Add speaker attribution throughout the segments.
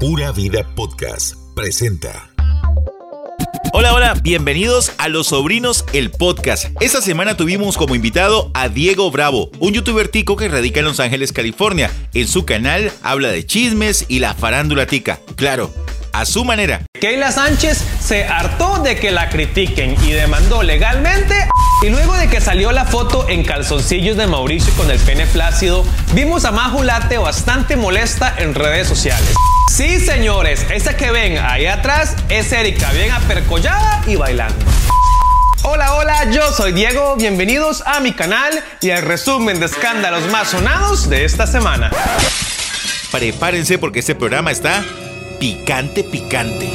Speaker 1: Pura Vida Podcast presenta.
Speaker 2: Hola, hola, bienvenidos a Los Sobrinos, el podcast. Esta semana tuvimos como invitado a Diego Bravo, un youtuber tico que radica en Los Ángeles, California. En su canal habla de chismes y la farándula tica. Claro, a su manera.
Speaker 3: Keila Sánchez se hartó de que la critiquen y demandó legalmente. Y luego de que salió la foto en calzoncillos de Mauricio con el pene flácido, vimos a Maju Late bastante molesta en redes sociales. Sí, señores, esa que ven ahí atrás es Erika, bien apercollada y bailando. Hola, hola, yo soy Diego, bienvenidos a mi canal y al resumen de escándalos más sonados de esta semana.
Speaker 2: Prepárense porque este programa está picante, picante.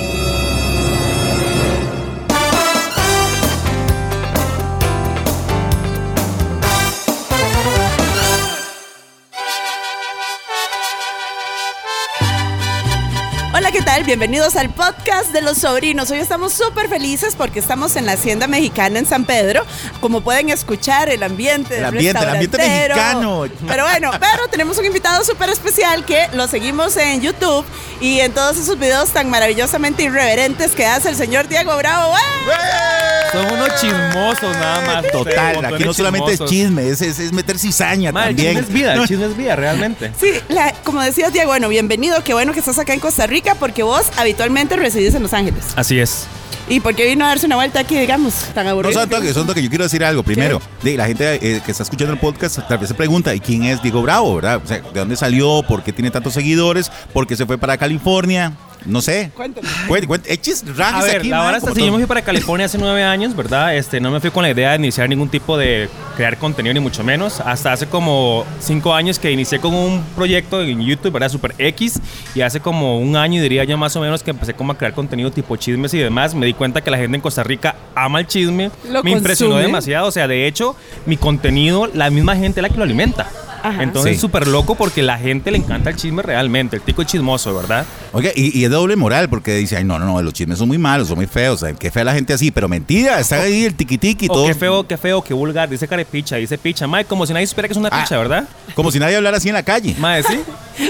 Speaker 4: Hola, ¿qué tal? Bienvenidos al podcast de los sobrinos. Hoy estamos súper felices porque estamos en la Hacienda Mexicana en San Pedro. Como pueden escuchar, el ambiente
Speaker 2: El
Speaker 4: del
Speaker 2: ambiente, el ambiente
Speaker 4: restaurantero.
Speaker 2: mexicano.
Speaker 4: Pero bueno, pero tenemos un invitado súper especial que lo seguimos en YouTube y en todos esos videos tan maravillosamente irreverentes que hace el señor Diego Bravo. ¡Eh!
Speaker 5: Son unos chismosos nada más.
Speaker 2: Total,
Speaker 5: Ustedes,
Speaker 2: aquí no
Speaker 5: unos
Speaker 2: solamente es
Speaker 5: chismosos.
Speaker 2: chisme, es, es- es meter cizaña
Speaker 5: Madre, el
Speaker 2: también.
Speaker 5: chisme es vida, el chisme es vida, realmente.
Speaker 4: Sí, la- como decías, Diego, bueno, bienvenido. Qué bueno que estás acá en Costa Rica porque vos habitualmente residís en Los Ángeles.
Speaker 5: Así es.
Speaker 4: ¿Y por qué vino a darse una vuelta aquí, digamos, tan
Speaker 2: No,
Speaker 4: aburrido?
Speaker 2: son toques, son toques. Yo quiero decir algo. Primero, de la gente eh, que está escuchando el podcast tal vez se pregunta, ¿y quién es Diego Bravo, verdad? O sea, ¿de dónde salió? ¿Por qué tiene tantos seguidores? ¿Por qué se fue para California? No sé.
Speaker 4: Cuéntame.
Speaker 2: Cuente, cuente. Eches
Speaker 5: A
Speaker 2: rajes
Speaker 5: ver,
Speaker 2: aquí,
Speaker 5: la
Speaker 2: man,
Speaker 5: verdad está
Speaker 2: como
Speaker 5: así. Yo me
Speaker 2: todo.
Speaker 5: fui para California hace nueve años, ¿verdad? Este, no me fui con la idea de iniciar ningún tipo de crear contenido, ni mucho menos. Hasta hace como cinco años que inicié con un proyecto en YouTube, ¿verdad? Super X. Y hace como un año, diría yo más o menos, que empecé como a crear contenido tipo chismes y demás. Me di cuenta que la gente en Costa Rica ama el chisme.
Speaker 4: Lo
Speaker 5: me impresionó
Speaker 4: consume.
Speaker 5: demasiado. O sea, de hecho, mi contenido, la misma gente es la que lo alimenta.
Speaker 4: Ajá.
Speaker 5: Entonces,
Speaker 2: Sí.
Speaker 5: súper loco porque la gente le encanta el chisme realmente. El tico es chismoso, ¿verdad?
Speaker 2: Oiga, y, y es doble moral porque dice, ay, no, no, no, los chismes son muy malos, son muy feos. O sea, qué fea la gente así, pero mentira, está ahí el tiquitiqui y
Speaker 5: O
Speaker 2: todo.
Speaker 5: qué feo, qué feo, qué vulgar. Dice carepicha, dice picha. Mae, como si nadie supiera que es una
Speaker 2: Ah.
Speaker 5: picha, ¿verdad?
Speaker 2: Como si nadie hablara así en la calle.
Speaker 5: Mae, sí.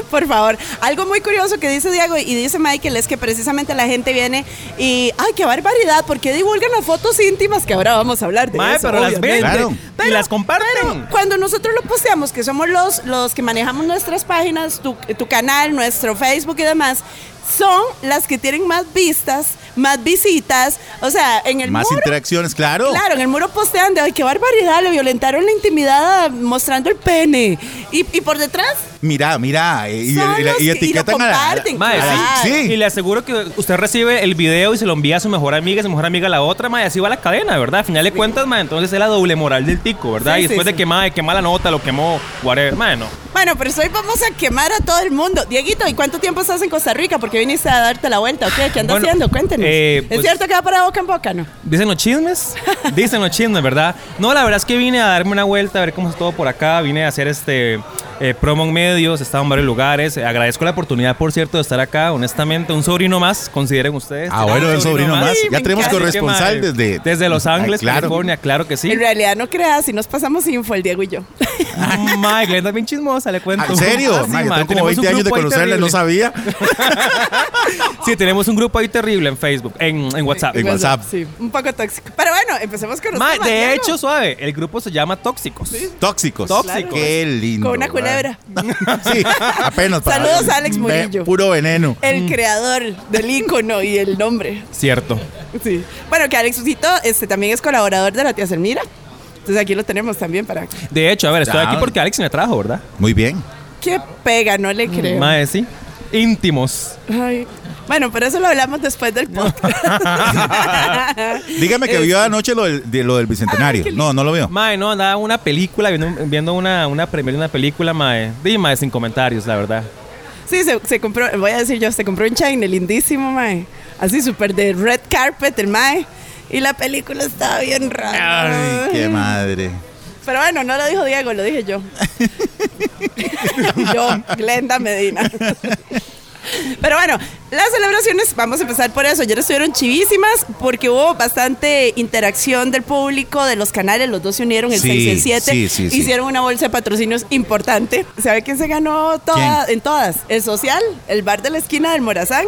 Speaker 4: Por favor, algo muy curioso que dice Diego y dice Michael es que precisamente la gente viene y, ay, qué barbaridad, ¿por qué divulgan las fotos íntimas? Que ahora vamos a hablar de
Speaker 5: Mae,
Speaker 4: eso,
Speaker 5: pero las
Speaker 4: obviamente.
Speaker 5: venden.
Speaker 2: Claro.
Speaker 5: Y las comparten.
Speaker 4: pero cuando nosotros lo posteamos, que somos los, los que manejamos nuestras páginas, tu, tu canal, nuestro Facebook y demás, son las que tienen más vistas, más visitas, o sea, en el
Speaker 2: Más
Speaker 4: muro-
Speaker 2: interacciones, claro.
Speaker 4: Claro, en el muro postean de, ay, qué barbaridad, le violentaron la intimidad mostrando el pene. Y, y por detrás,
Speaker 2: Mira, mira. eh, Y,
Speaker 4: Son
Speaker 2: y- y-
Speaker 4: los
Speaker 2: y
Speaker 4: que- y lo
Speaker 2: etiquetan a la-
Speaker 4: comparten,
Speaker 5: Mae,
Speaker 2: a la-
Speaker 4: claro.
Speaker 2: Sí.
Speaker 5: Y le aseguro que usted recibe el video y se lo envía a su mejor amiga, su mejor amiga a la otra, mae, así va la cadena, ¿verdad? Al final de cuentas, mae, entonces es la doble moral del tico, ¿verdad?
Speaker 4: Sí,
Speaker 5: y
Speaker 4: sí,
Speaker 5: después
Speaker 4: sí.
Speaker 5: de que, mae, qué mala nota, lo quemó, whatever. Mae, no.
Speaker 4: Bueno, pero hoy vamos a quemar a todo el mundo. Dieguito, ¿y cuánto tiempo estás en Costa Rica? Porque viniste a darte la vuelta, ¿o qué? ¿Qué andas
Speaker 5: Bueno,
Speaker 4: haciendo? Cuéntenos.
Speaker 5: eh,
Speaker 4: ¿Es
Speaker 5: pues-
Speaker 4: cierto que va para boca en boca, no?
Speaker 5: Dicen los chismes, dicen los chismes, ¿verdad? No, la verdad es que vine a darme una vuelta, a ver cómo es todo por acá, vine a hacer este eh, promo en medios, he estado en varios lugares, Eh, agradezco la oportunidad, por cierto, de estar acá, honestamente, un sobrino más, consideren ustedes.
Speaker 2: Ah, bueno, un sobrino más.
Speaker 4: Ay,
Speaker 2: Ya
Speaker 4: me
Speaker 2: tenemos
Speaker 4: encanta.
Speaker 2: corresponsal
Speaker 5: Qué madre.
Speaker 2: desde...
Speaker 5: Desde Los
Speaker 2: Ay,
Speaker 5: Ángeles,
Speaker 2: claro.
Speaker 5: California, claro que sí.
Speaker 4: En realidad, no creas, si nos pasamos info el Diego y yo.
Speaker 5: Mae, Glenda es bien chismosa, le cuento.
Speaker 2: Ah, ¿En serio?
Speaker 5: Ah, sí,
Speaker 2: Mae, yo tengo
Speaker 5: mae,
Speaker 2: como
Speaker 5: tenemos un
Speaker 2: 20 años de
Speaker 5: grupo ahí
Speaker 2: conocerla, no
Speaker 5: terrible.
Speaker 2: sabía.
Speaker 5: Sí, tenemos un grupo ahí terrible en Facebook, en, en WhatsApp.
Speaker 2: En WhatsApp.
Speaker 4: Sí, un poco tóxico. Pero bueno, empecemos con los
Speaker 5: Mae,
Speaker 4: temas,
Speaker 5: de
Speaker 4: Diego.
Speaker 5: hecho, suave, el grupo se llama Tóxicos.
Speaker 2: Tóxicos.
Speaker 5: Tóxicos.
Speaker 2: Qué lindo.
Speaker 4: Con una
Speaker 2: ¿verdad?
Speaker 4: culebra.
Speaker 2: Sí, apenas.
Speaker 4: Saludos a Alex
Speaker 2: Ve-
Speaker 4: Murillo.
Speaker 2: Puro veneno.
Speaker 5: mm.
Speaker 4: El creador del ícono y el nombre.
Speaker 5: Cierto.
Speaker 4: Sí. Bueno, que Alex Usito este, también es colaborador de la tía Selmira. Entonces aquí lo tenemos también para...
Speaker 5: De hecho, a ver, estoy
Speaker 2: Ah.
Speaker 5: aquí porque Alex me trajo, ¿verdad?
Speaker 2: Muy bien.
Speaker 4: ¿Qué pega? No
Speaker 5: Mm,
Speaker 4: le creo.
Speaker 5: Mae, sí. Íntimos.
Speaker 4: Ay. Bueno, pero eso lo hablamos después del podcast.
Speaker 2: Dígame que
Speaker 4: Eh,
Speaker 2: vio anoche lo del, de lo del bicentenario.
Speaker 4: Ay, qué lindo.
Speaker 2: no, no lo vio.
Speaker 5: Mae, no, andaba una película, viendo, viendo una, una premiere de una película, mae. Dime, mae, sin comentarios, la verdad.
Speaker 4: Sí, se, se compró, voy a decir yo, se compró un chain lindísimo, mae. Así súper de red carpet, el mae. Y la película estaba bien rara.
Speaker 2: Ay, qué madre.
Speaker 4: Pero bueno, no lo dijo Diego, lo dije yo. yo, Glenda Medina. Pero bueno, las celebraciones, vamos a empezar por eso. Ayer estuvieron chivísimas porque hubo bastante interacción del público, de los canales. Los dos se unieron, el
Speaker 2: Sí,
Speaker 4: 6 y el 7.
Speaker 2: sí, sí, sí.
Speaker 4: Hicieron una bolsa de patrocinios importante. ¿Sabe quién se ganó toda- en todas? El social, el bar de la esquina del Morazán.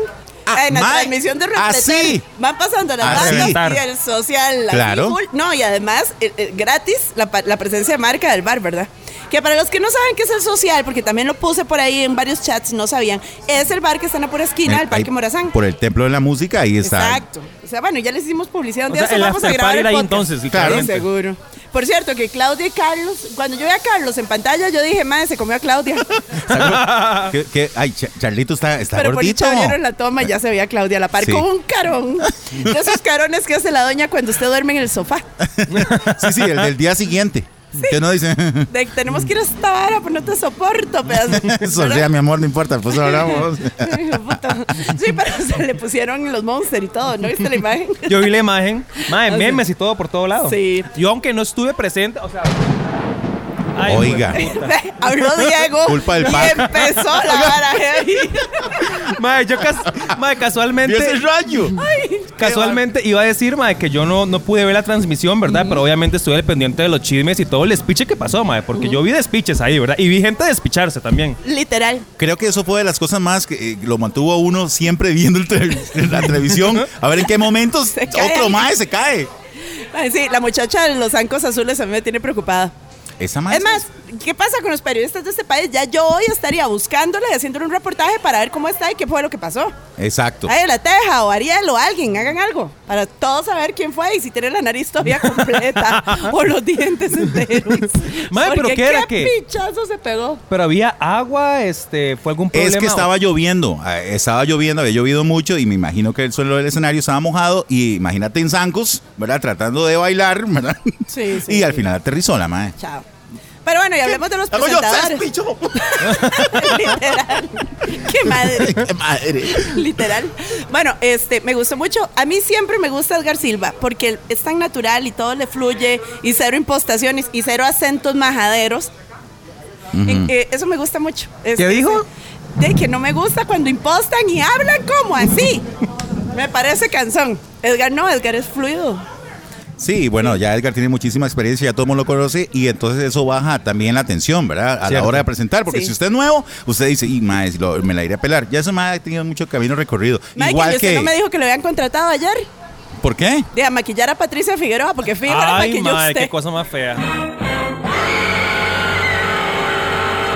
Speaker 2: Ah,
Speaker 4: en la
Speaker 2: ma-
Speaker 4: transmisión de Repretel.
Speaker 2: así.
Speaker 4: Van pasando las
Speaker 2: Así.
Speaker 4: bandas y el social. la
Speaker 2: Claro.
Speaker 4: people. No, y además, eh, eh, gratis la, pa- la presencia de marca del bar, ¿verdad? Que para los que no saben qué es el social, porque también lo puse por ahí en varios chats, no sabían, es el bar que está en la pura esquina
Speaker 2: Eh,
Speaker 4: del
Speaker 2: Ahí,
Speaker 4: Parque Morazán.
Speaker 2: Por el templo de la música, ahí está.
Speaker 4: Exacto. O sea, bueno, ya les hicimos publicidad. Un
Speaker 5: O
Speaker 4: día
Speaker 5: sea,
Speaker 4: eso
Speaker 5: el
Speaker 4: vamos a
Speaker 5: after
Speaker 4: grabar
Speaker 5: party
Speaker 4: el
Speaker 5: era ahí
Speaker 4: podcast.
Speaker 5: entonces,
Speaker 4: Sí,
Speaker 5: claramente.
Speaker 4: seguro. Por cierto, que Claudia y Carlos, cuando yo vi a Carlos en pantalla, yo dije, madre, se comió a Claudia.
Speaker 2: ¿Qué- qué? Ay, Cha- Charlito está, está
Speaker 4: Pero por
Speaker 2: gordito.
Speaker 4: dicho vieron la toma y ya se veía a Claudia a la par
Speaker 2: Sí.
Speaker 4: con un carón. De esos carones que hace la doña cuando usted duerme en el sofá.
Speaker 2: Sí, sí, el del día siguiente. Que uno dice,
Speaker 4: De, tenemos que ir a esta vara, pues no te soporto, pedazo.
Speaker 2: sonría, mi amor, no importa, pues hablamos.
Speaker 4: Puto. Sí, pero se le pusieron los monsters y todo, ¿no viste la imagen?
Speaker 5: Yo vi la imagen. Madre,
Speaker 4: Así.
Speaker 5: memes y todo por todo lado.
Speaker 4: Sí.
Speaker 5: Yo, aunque no estuve presente, o sea. ay,
Speaker 2: Oiga.
Speaker 5: hueputa.
Speaker 4: Habló Diego
Speaker 2: Culpa del
Speaker 4: y
Speaker 2: pan.
Speaker 4: empezó la vara. ¿eh? ahí.
Speaker 5: Madre, yo cas- madre, casualmente.
Speaker 2: rayo?
Speaker 5: Casualmente iba a decir, madre, que yo no, no pude ver la transmisión, ¿verdad? Pero obviamente estuve al pendiente de los chismes y todo el despiche que pasó, madre. Porque yo vi despiches ahí, ¿verdad? Y vi gente despicharse también.
Speaker 4: Literal.
Speaker 2: Creo que eso fue de las cosas más que eh, lo mantuvo a uno siempre viendo el tele- la televisión. A ver en qué momentos
Speaker 4: Se cae.
Speaker 2: otro mae se cae.
Speaker 4: Ay, sí, la muchacha de los zancos azules a mí me tiene preocupada.
Speaker 2: Esa mae.
Speaker 4: Es más, ¿qué pasa con los periodistas de este país? Ya yo hoy estaría buscándola y haciéndole un reportaje para ver cómo está y qué fue lo que pasó.
Speaker 2: Exacto.
Speaker 4: Ay, la Teja o Ariel o alguien, hagan algo para todos saber quién fue y si tiene la nariz todavía completa o los dientes enteros.
Speaker 5: Mae, pero
Speaker 4: Porque
Speaker 5: ¿qué era qué?
Speaker 4: pichazo se pegó?
Speaker 5: Pero había agua, este, fue algún problema.
Speaker 2: Es que estaba lloviendo, eh, estaba lloviendo, había llovido mucho y me imagino que el suelo del escenario estaba mojado y imagínate en zancos, ¿verdad? Tratando de bailar, ¿verdad?
Speaker 4: Sí, sí,
Speaker 2: Y al
Speaker 4: sí.
Speaker 2: final aterrizó la mae.
Speaker 4: Chao. Pero bueno, y hablemos de los
Speaker 2: Hago yo, ¿sabes,
Speaker 4: presentadores.
Speaker 2: picho?
Speaker 4: Literal. Qué madre.
Speaker 2: ¡Qué madre!
Speaker 4: Literal. Bueno, este, me gustó mucho. A mí siempre me gusta Edgar Silva porque es tan natural y todo le fluye y cero impostaciones y cero acentos majaderos. Eh, eh, eso me gusta mucho. Es-
Speaker 5: ¿Qué
Speaker 4: es-
Speaker 5: dijo?
Speaker 4: De que no me gusta cuando impostan y hablan como así. me parece cansón. Edgar no, Edgar es fluido.
Speaker 2: Sí, bueno, ya Edgar tiene muchísima experiencia, ya todo el mundo lo conoce y entonces eso baja también la atención, ¿verdad? A
Speaker 5: Cierto.
Speaker 2: la hora de presentar, porque
Speaker 4: Sí.
Speaker 2: si usted es nuevo, usted dice, y más, me la iré a pelar. Ya ese mae ha tenido mucho camino recorrido.
Speaker 4: Michael,
Speaker 2: Igual
Speaker 4: ¿y
Speaker 2: que.
Speaker 4: usted no me dijo que lo habían contratado ayer?
Speaker 2: ¿Por qué?
Speaker 4: De a maquillar a Patricia Figueroa porque fija la
Speaker 5: Ay,
Speaker 4: maquilló
Speaker 5: madre, qué
Speaker 4: usted.
Speaker 5: cosa más fea.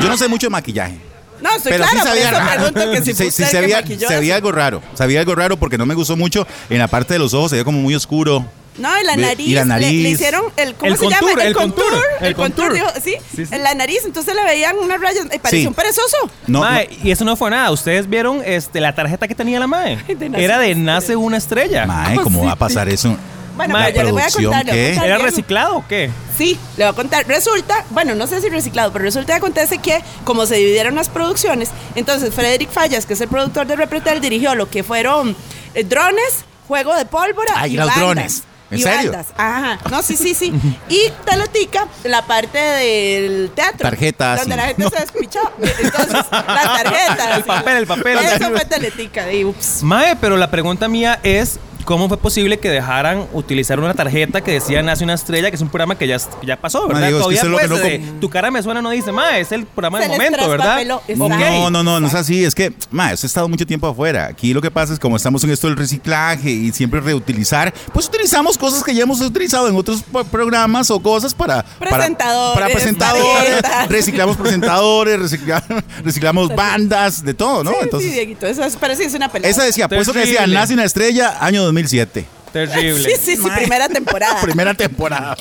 Speaker 2: Yo no sé mucho de maquillaje.
Speaker 4: No, estoy
Speaker 2: pero
Speaker 4: clara,
Speaker 2: sí
Speaker 4: por
Speaker 2: sabía
Speaker 4: eso
Speaker 2: raro.
Speaker 4: pregunto que si fue
Speaker 2: Sí, sí
Speaker 4: usted el que
Speaker 2: sabía,
Speaker 4: maquilló
Speaker 2: sabía
Speaker 4: eso.
Speaker 2: algo raro. Sabía algo raro porque no me gustó mucho. En la parte de los ojos se veía como muy oscuro.
Speaker 4: No, y la
Speaker 2: Ve-
Speaker 4: nariz.
Speaker 2: y la
Speaker 4: le- Le,
Speaker 2: nariz.
Speaker 4: hicieron el. ¿Cómo
Speaker 5: El
Speaker 4: se
Speaker 5: contour,
Speaker 4: llama?
Speaker 5: el contour,
Speaker 4: El,
Speaker 5: el
Speaker 4: contour.
Speaker 5: contour.
Speaker 4: dijo, ¿sí?
Speaker 5: Sí, sí.
Speaker 4: En la nariz. Entonces le veían unas rayas. eh, Parecía
Speaker 2: Sí.
Speaker 4: un perezoso.
Speaker 2: No,
Speaker 5: Mae, y eso no fue nada. Ustedes vieron este, la tarjeta que tenía la mae.
Speaker 4: De nace
Speaker 5: Era de
Speaker 4: una
Speaker 5: nace una estrella.
Speaker 2: no, mae, ¿cómo va a pasar eso?
Speaker 4: Bueno,
Speaker 5: Ma,
Speaker 4: pero yo le voy a
Speaker 2: producción,
Speaker 4: contar. le voy a
Speaker 2: ¿qué?
Speaker 4: contar
Speaker 5: ¿Era
Speaker 4: bien.
Speaker 5: reciclado o qué?
Speaker 4: Sí, le voy a contar. Resulta, bueno, no sé si reciclado, pero resulta que acontece que como se dividieron las producciones, entonces Frederick Fallas, que es el productor de Repretel, dirigió lo que fueron eh, drones, juego de pólvora
Speaker 2: Ay,
Speaker 4: y
Speaker 2: los
Speaker 4: bandas.
Speaker 2: drones. ¿En
Speaker 4: y
Speaker 2: serio?
Speaker 4: bandas. Ajá. No, sí, sí, sí. Y Teletica, la parte del teatro.
Speaker 2: Tarjetas,
Speaker 4: Donde
Speaker 2: sí.
Speaker 4: la gente se despichó. Entonces, la tarjeta.
Speaker 5: El papel, el papel.
Speaker 4: Eso fue Teletica. Y ups.
Speaker 5: Mae, pero la pregunta mía es. ¿Cómo fue posible que dejaran utilizar una tarjeta que decía Nace una estrella, que es un programa que ya, que ya pasó, ¿verdad?
Speaker 2: Mae, digo, es que
Speaker 5: Todavía
Speaker 2: eso es lo que
Speaker 5: pues,
Speaker 2: no
Speaker 5: de
Speaker 2: com-
Speaker 5: tu cara me suena no dice, mae, es el programa
Speaker 4: Se
Speaker 5: del
Speaker 4: les
Speaker 5: momento, ¿verdad?
Speaker 4: traspapeló,
Speaker 5: Ok.
Speaker 4: exacto.
Speaker 2: No, no, no, no es así. Es que, mae, usted ha estado mucho tiempo afuera. Aquí lo que pasa es como estamos en esto del reciclaje y siempre reutilizar, pues utilizamos cosas que ya hemos utilizado en otros po- programas o cosas para... para-
Speaker 4: Presentadores,
Speaker 2: Para, presentadores.
Speaker 4: tarjetas.
Speaker 2: Reciclamos presentadores, recicla- reciclamos bandas, de todo, ¿no?
Speaker 4: Sí, sí,
Speaker 2: Entonces...
Speaker 4: Dieguito. Eso es- parece que es una pelea.
Speaker 2: Esa decía, puesto que decía,
Speaker 5: Terrible.
Speaker 2: nace una estrella, año 2007.
Speaker 5: Terrible.
Speaker 4: Sí, sí, sí,
Speaker 2: Mae.
Speaker 4: primera temporada.
Speaker 2: Primera temporada.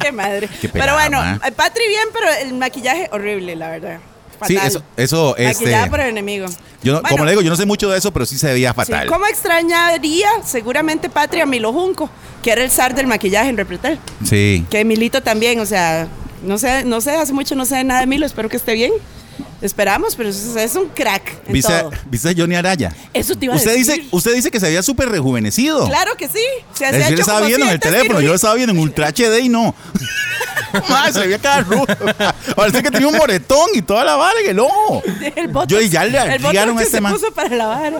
Speaker 4: Qué madre.
Speaker 2: Qué
Speaker 4: pero
Speaker 2: pelada,
Speaker 4: bueno,
Speaker 2: ma.
Speaker 4: eh, Patri bien, pero el maquillaje horrible, la verdad.
Speaker 2: Sí,
Speaker 4: Fatal.
Speaker 2: eso, eso este,
Speaker 4: Maquillada por el enemigo.
Speaker 2: yo no-
Speaker 4: Bueno,
Speaker 2: como le digo, yo no sé mucho de eso, pero sí se veía
Speaker 4: sí,
Speaker 2: fatal.
Speaker 4: ¿Cómo extrañaría seguramente Patri a Milo Junco, que era el zar del maquillaje en Repretel?
Speaker 2: Sí.
Speaker 4: Que Milito también, o sea, no sé, no sé, hace mucho no sé nada de Milo, espero que esté bien. Esperamos, pero es, es un crack en
Speaker 2: ¿Viste,
Speaker 4: todo.
Speaker 2: viste a Johnny Araya?
Speaker 4: Eso te iba a
Speaker 2: usted
Speaker 4: decir.
Speaker 2: Dice, usted dice que se había súper rejuvenecido.
Speaker 4: Claro que sí. Se
Speaker 2: Es
Speaker 4: ha
Speaker 2: que
Speaker 4: hecho
Speaker 2: le estaba
Speaker 4: como
Speaker 2: viendo en el
Speaker 4: siete
Speaker 2: teléfono, yo lo
Speaker 4: cirugías.
Speaker 2: estaba viendo en Ultra HD y no. Mae, se le veía cada rudo. Parece que tenía un moretón y toda la vara en el ojo.
Speaker 4: El botox-
Speaker 2: Yo y ya le
Speaker 4: el botox
Speaker 2: llegaron a
Speaker 4: que
Speaker 2: este
Speaker 4: se
Speaker 2: man.
Speaker 4: puso para la vara.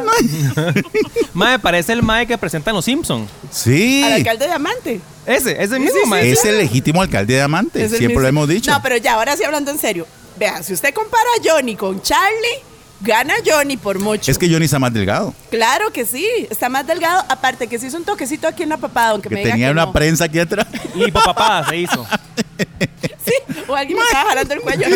Speaker 5: Mae, parece el Mae que presentan los Simpsons.
Speaker 2: Sí.
Speaker 4: Al alcalde de Amante.
Speaker 5: Ese, ese mismo
Speaker 4: sí, sí,
Speaker 5: Mae.
Speaker 2: Es el legítimo alcalde de Amante.
Speaker 4: Es el
Speaker 2: Siempre lo
Speaker 4: mismo.
Speaker 2: hemos dicho.
Speaker 4: No, pero ya, ahora sí hablando en serio. Vean, si usted compara a Johnny con Charlie, gana Johnny por mucho.
Speaker 2: Es que Johnny está más delgado.
Speaker 4: Claro que sí, está más delgado. Aparte que se hizo un toquecito aquí en la papada, aunque
Speaker 2: Que
Speaker 4: me diga
Speaker 2: tenía
Speaker 4: que
Speaker 2: una
Speaker 4: no.
Speaker 2: prensa aquí atrás.
Speaker 5: Y papá se hizo.
Speaker 4: Sí, o alguien me estaba jalando el cuello.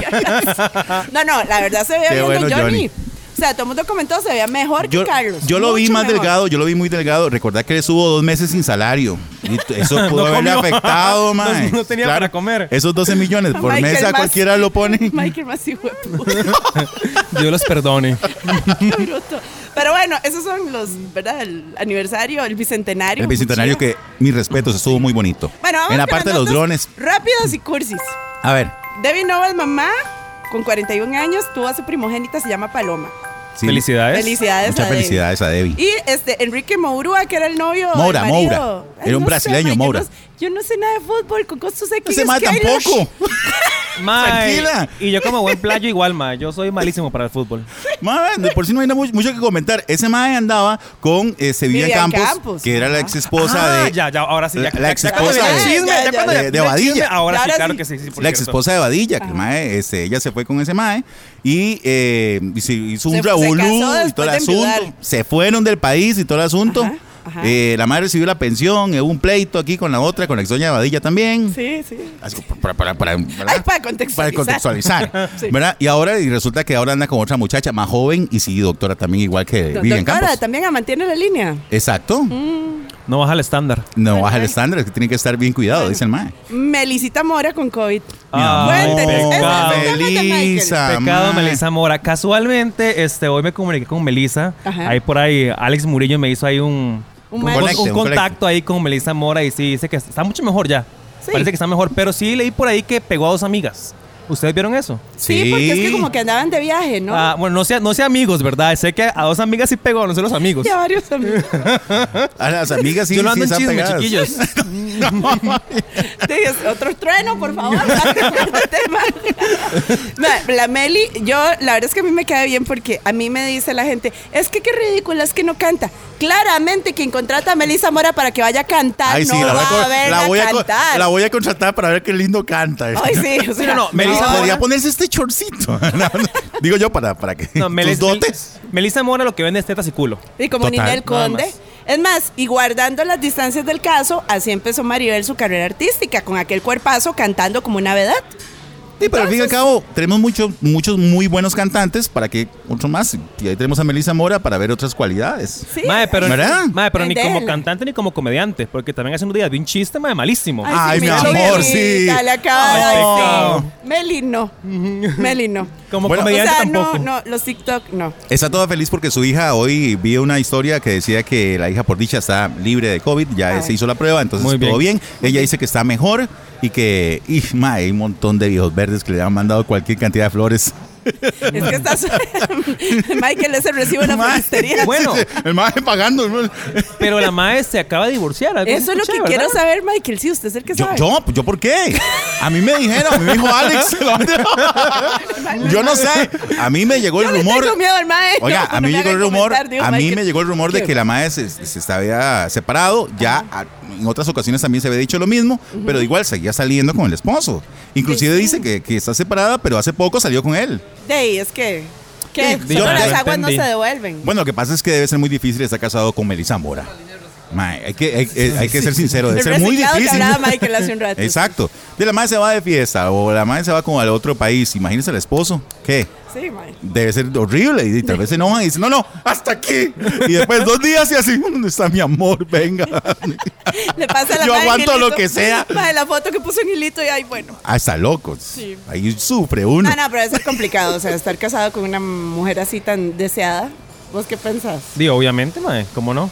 Speaker 4: No, no, la verdad se veía
Speaker 2: Qué
Speaker 4: bien
Speaker 2: bueno,
Speaker 4: don Johnny.
Speaker 2: Johnny.
Speaker 4: O sea, todo el mundo comentó, se veía mejor
Speaker 2: Yo,
Speaker 4: que Carlos.
Speaker 2: yo lo vi
Speaker 4: mucho
Speaker 2: más
Speaker 4: mejor.
Speaker 2: delgado, yo lo vi muy delgado. Recordad que le subo dos meses sin salario. Y t- eso pudo haberle
Speaker 5: comió.
Speaker 2: afectado, mae.
Speaker 5: No- no tenía para comer.
Speaker 2: Esos 12 millones por
Speaker 4: Michael
Speaker 2: mes a
Speaker 4: Mas-
Speaker 2: cualquiera lo pone.
Speaker 4: Michael más hijo de puta,
Speaker 5: Dios los perdone.
Speaker 4: qué bruto. Pero bueno, esos son los, ¿verdad? El aniversario, el bicentenario.
Speaker 2: El bicentenario que, mis respetos, estuvo muy bonito.
Speaker 4: Bueno, vamos
Speaker 2: en la
Speaker 4: con
Speaker 2: parte de
Speaker 4: las
Speaker 2: los drones.
Speaker 4: notas Rápidos y cursis.
Speaker 2: A ver.
Speaker 4: Debbie Nova es mamá, con 41 años, tuvo a su primogénita, se llama Paloma.
Speaker 2: sí,
Speaker 5: Felicidades.
Speaker 4: Felicidades
Speaker 2: Muchas
Speaker 4: a Debbie.
Speaker 2: felicidades a Debbie.
Speaker 4: Y este, Enrique Mourua, que era el novio. del
Speaker 2: Moura,
Speaker 4: marido.
Speaker 2: Moura.
Speaker 4: Ay,
Speaker 2: Era un
Speaker 4: no
Speaker 2: brasileño,
Speaker 4: sé, ma,
Speaker 2: Moura.
Speaker 4: Yo no, yo no sé nada de fútbol, con costos de
Speaker 2: Ese mae tampoco.
Speaker 5: Mae.
Speaker 2: Tranquila.
Speaker 5: Y yo como buen playo igual, Mae. Yo soy malísimo para el fútbol.
Speaker 2: Mae, de por si no hay na- mucho, mucho que comentar. Ese mae andaba con eh, Sevilla
Speaker 4: Vivian
Speaker 2: Campos,
Speaker 4: Campos,
Speaker 2: que era la
Speaker 4: ajá.
Speaker 2: ex esposa
Speaker 5: Ah,
Speaker 2: de.
Speaker 5: ya, ya, ahora sí. Ya,
Speaker 2: La- la
Speaker 5: ya- ya
Speaker 2: exesposa
Speaker 5: cuando viene el
Speaker 4: de-
Speaker 5: chisme, ya
Speaker 4: ya, ya,
Speaker 5: cuando
Speaker 2: de-
Speaker 5: viene
Speaker 2: de
Speaker 5: el
Speaker 2: Abadilla.
Speaker 5: chisme, Ahora
Speaker 4: Ahora
Speaker 5: sí, claro
Speaker 4: sí.
Speaker 5: que sí. sí, por
Speaker 2: La ex
Speaker 5: cierto.
Speaker 2: esposa de Badilla, que el mae, este, ella se fue con ese mae y eh, hizo- hizo un
Speaker 4: Se- se
Speaker 2: revolú
Speaker 4: casó
Speaker 2: y todo el
Speaker 4: después de
Speaker 2: asunto.
Speaker 4: enviudar.
Speaker 2: Se fueron del país y todo el asunto.
Speaker 4: Ajá, ajá.
Speaker 2: Eh, la madre recibió la pensión, eh, hubo un pleito aquí con la otra, con la ex doña Badilla también.
Speaker 4: Sí, sí.
Speaker 2: Así que Para, para, para, ¿verdad?
Speaker 4: Ay, para contextualizar.
Speaker 2: Para contextualizar,
Speaker 4: Sí.
Speaker 2: ¿verdad? Y ahora y resulta que ahora anda con otra muchacha más joven y sí, doctora también, igual que
Speaker 4: Do-
Speaker 2: Vivian
Speaker 4: doctora,
Speaker 2: Campos.
Speaker 4: también Mm, a mantiene la línea.
Speaker 2: Exacto.
Speaker 5: No baja el estándar.
Speaker 2: No baja el estándar, es que tiene que estar bien cuidado, dice el mae.
Speaker 4: Melicita Mora con COVID.
Speaker 5: Ah,
Speaker 4: Cuéntenos, ese es el
Speaker 5: pecado.
Speaker 4: tema de Michael.
Speaker 2: Melissa,
Speaker 5: Pecado,
Speaker 2: mae.
Speaker 5: Melissa Mora. Casualmente, este, hoy me comuniqué con Melissa.
Speaker 4: Ajá.
Speaker 5: Ahí por ahí, Alex Murillo me hizo ahí un,
Speaker 4: Un
Speaker 5: un-
Speaker 4: match.
Speaker 5: un
Speaker 2: Conecte, un
Speaker 5: contacto ahí con Melissa Mora y sí, dice que está mucho mejor ya.
Speaker 4: Sí.
Speaker 5: Parece que está mejor, pero sí leí por ahí que pegó a dos amigas. ¿Ustedes vieron eso?
Speaker 4: Sí, porque es que como que andaban de viaje, ¿no?
Speaker 5: Ah, bueno, no sé, no sé amigos, ¿verdad? Sé que a dos amigas sí pegó, no sé los amigos.
Speaker 4: Y a varios amigos.
Speaker 2: A las amigas sí,
Speaker 5: Yo no
Speaker 2: sí
Speaker 5: ando en
Speaker 2: están
Speaker 5: chisme,
Speaker 2: pegadas.
Speaker 5: chiquillos.
Speaker 4: Te digo, otro trueno, por favor. date con el tema. No, la Meli, yo, la verdad es que a mí me queda bien porque a mí me dice la gente, es que qué ridícula, es que no canta. Claramente quien contrata a Melissa Mora para que vaya a cantar
Speaker 2: Ay,
Speaker 4: no
Speaker 2: sí, la voy,
Speaker 4: va
Speaker 2: a,
Speaker 4: a,
Speaker 2: co-
Speaker 4: verla
Speaker 2: la voy a co-
Speaker 4: cantar.
Speaker 2: la voy a contratar para ver qué lindo canta. este.
Speaker 4: Ay, sí, o sea,
Speaker 5: no, no, Melissa
Speaker 2: Melissa
Speaker 5: Mora-
Speaker 2: podría ponerse este chorcito. Digo yo para, para que
Speaker 5: No, Melis-
Speaker 2: sus dotes.
Speaker 5: Mel- Melissa Mora lo que vende es tetas y culo.
Speaker 4: Y como
Speaker 2: Total,
Speaker 4: Ninel
Speaker 5: nada
Speaker 4: Conde.
Speaker 5: más.
Speaker 4: Es más, y guardando las distancias del caso, así empezó Maribel su carrera artística, con aquel cuerpazo cantando como una vedad.
Speaker 2: Sí, pero al fin y al cabo tenemos muchos, muchos muy buenos cantantes para que otro más. Y ahí tenemos a Melissa Mora para ver otras cualidades.
Speaker 4: Sí.
Speaker 5: Mae, pero,
Speaker 2: ¿Verdad?
Speaker 5: mae, pero ni
Speaker 4: Vendela.
Speaker 5: como cantante ni como comediante, porque también hace unos días vi un chiste, mae, malísimo.
Speaker 2: Ah, Ay, mi
Speaker 4: mira,
Speaker 2: amor,
Speaker 4: Melita,
Speaker 2: sí.
Speaker 4: Le acaba de
Speaker 5: Ay,
Speaker 4: decir.
Speaker 5: pecado.
Speaker 4: Meli no. Meli no.
Speaker 5: como
Speaker 2: bueno,
Speaker 4: O
Speaker 5: comediante
Speaker 4: sea, no,
Speaker 5: tampoco.
Speaker 4: no, los TikTok no.
Speaker 2: Está toda feliz porque su hija hoy vi una historia que decía que la hija por dicha está libre de COVID, ya
Speaker 4: Ay.
Speaker 2: se hizo la prueba, entonces
Speaker 5: Muy
Speaker 2: todo bien. Ella dice que está mejor y que y, ma, hay un montón de viejos verdes que le han mandado cualquier cantidad de flores.
Speaker 4: Es que estás. Michael ese recibe la
Speaker 2: Mae.
Speaker 4: floristería.
Speaker 5: Bueno,
Speaker 2: El más pagando. ¿no?
Speaker 5: pero la mae se acaba de divorciar. algo
Speaker 4: Eso es lo
Speaker 5: escuché,
Speaker 4: que
Speaker 5: ¿verdad?
Speaker 4: quiero saber, Michael. Sí, usted es el que
Speaker 2: Yo,
Speaker 4: sabe.
Speaker 2: yo, pues, yo, ¿por qué? A mí me dijeron, a mí me dijo Alex. yo no sé. A mí me llegó el
Speaker 4: Yo Ah, le
Speaker 2: rumor.
Speaker 4: tengo miedo al mae.
Speaker 2: Oiga,
Speaker 4: No,
Speaker 2: a mí
Speaker 4: no
Speaker 2: me
Speaker 4: me
Speaker 2: llegó el
Speaker 4: haga
Speaker 2: rumor,
Speaker 4: comentar, digo,
Speaker 2: a mí
Speaker 4: Michael.
Speaker 2: me llegó el rumor de
Speaker 4: ¿Qué?
Speaker 2: que la madre se, se- se había separado, ya a- en otras ocasiones también se había dicho lo mismo, pero igual seguía saliendo con el esposo. Inclusive
Speaker 4: Sí, sí.
Speaker 2: dice que, que está separada, pero hace poco salió con él.
Speaker 4: De ahí, es que. que
Speaker 2: Sí,
Speaker 4: solo
Speaker 2: yo-
Speaker 4: las
Speaker 2: yo
Speaker 4: aguas no se
Speaker 5: entendí.
Speaker 4: devuelven.
Speaker 2: Bueno, lo que pasa es que debe ser muy difícil estar casado con Melissa Mora. Mae, hay, que, hay, eh, hay- hay que ser sincero, debe
Speaker 4: El
Speaker 2: ser muy
Speaker 4: reciclado que
Speaker 2: difícil.
Speaker 4: hablaba Michael hace un rato.
Speaker 2: Exacto. De la madre se va de fiesta o la madre se va con al otro país. Imagínese al esposo. ¿Qué?
Speaker 4: Sí, Michael.
Speaker 2: Debe ser horrible. Y tal vez se enojan y dicen, no, no, hasta aquí. Y después dos días y así, ¿dónde está mi amor? Venga.
Speaker 4: Le pasa la
Speaker 2: Yo
Speaker 4: madre
Speaker 2: aguanto
Speaker 4: Angelito.
Speaker 2: lo que sea.
Speaker 4: Madre, la foto que puso en hilito y ay, bueno.
Speaker 2: Hasta locos.
Speaker 4: Sí.
Speaker 2: Ahí sufre uno.
Speaker 4: No, no, pero debe ser complicado. O sea, estar casado con una mujer así tan deseada. ¿Vos qué pensás?
Speaker 5: Digo, obviamente, mae, ¿cómo no?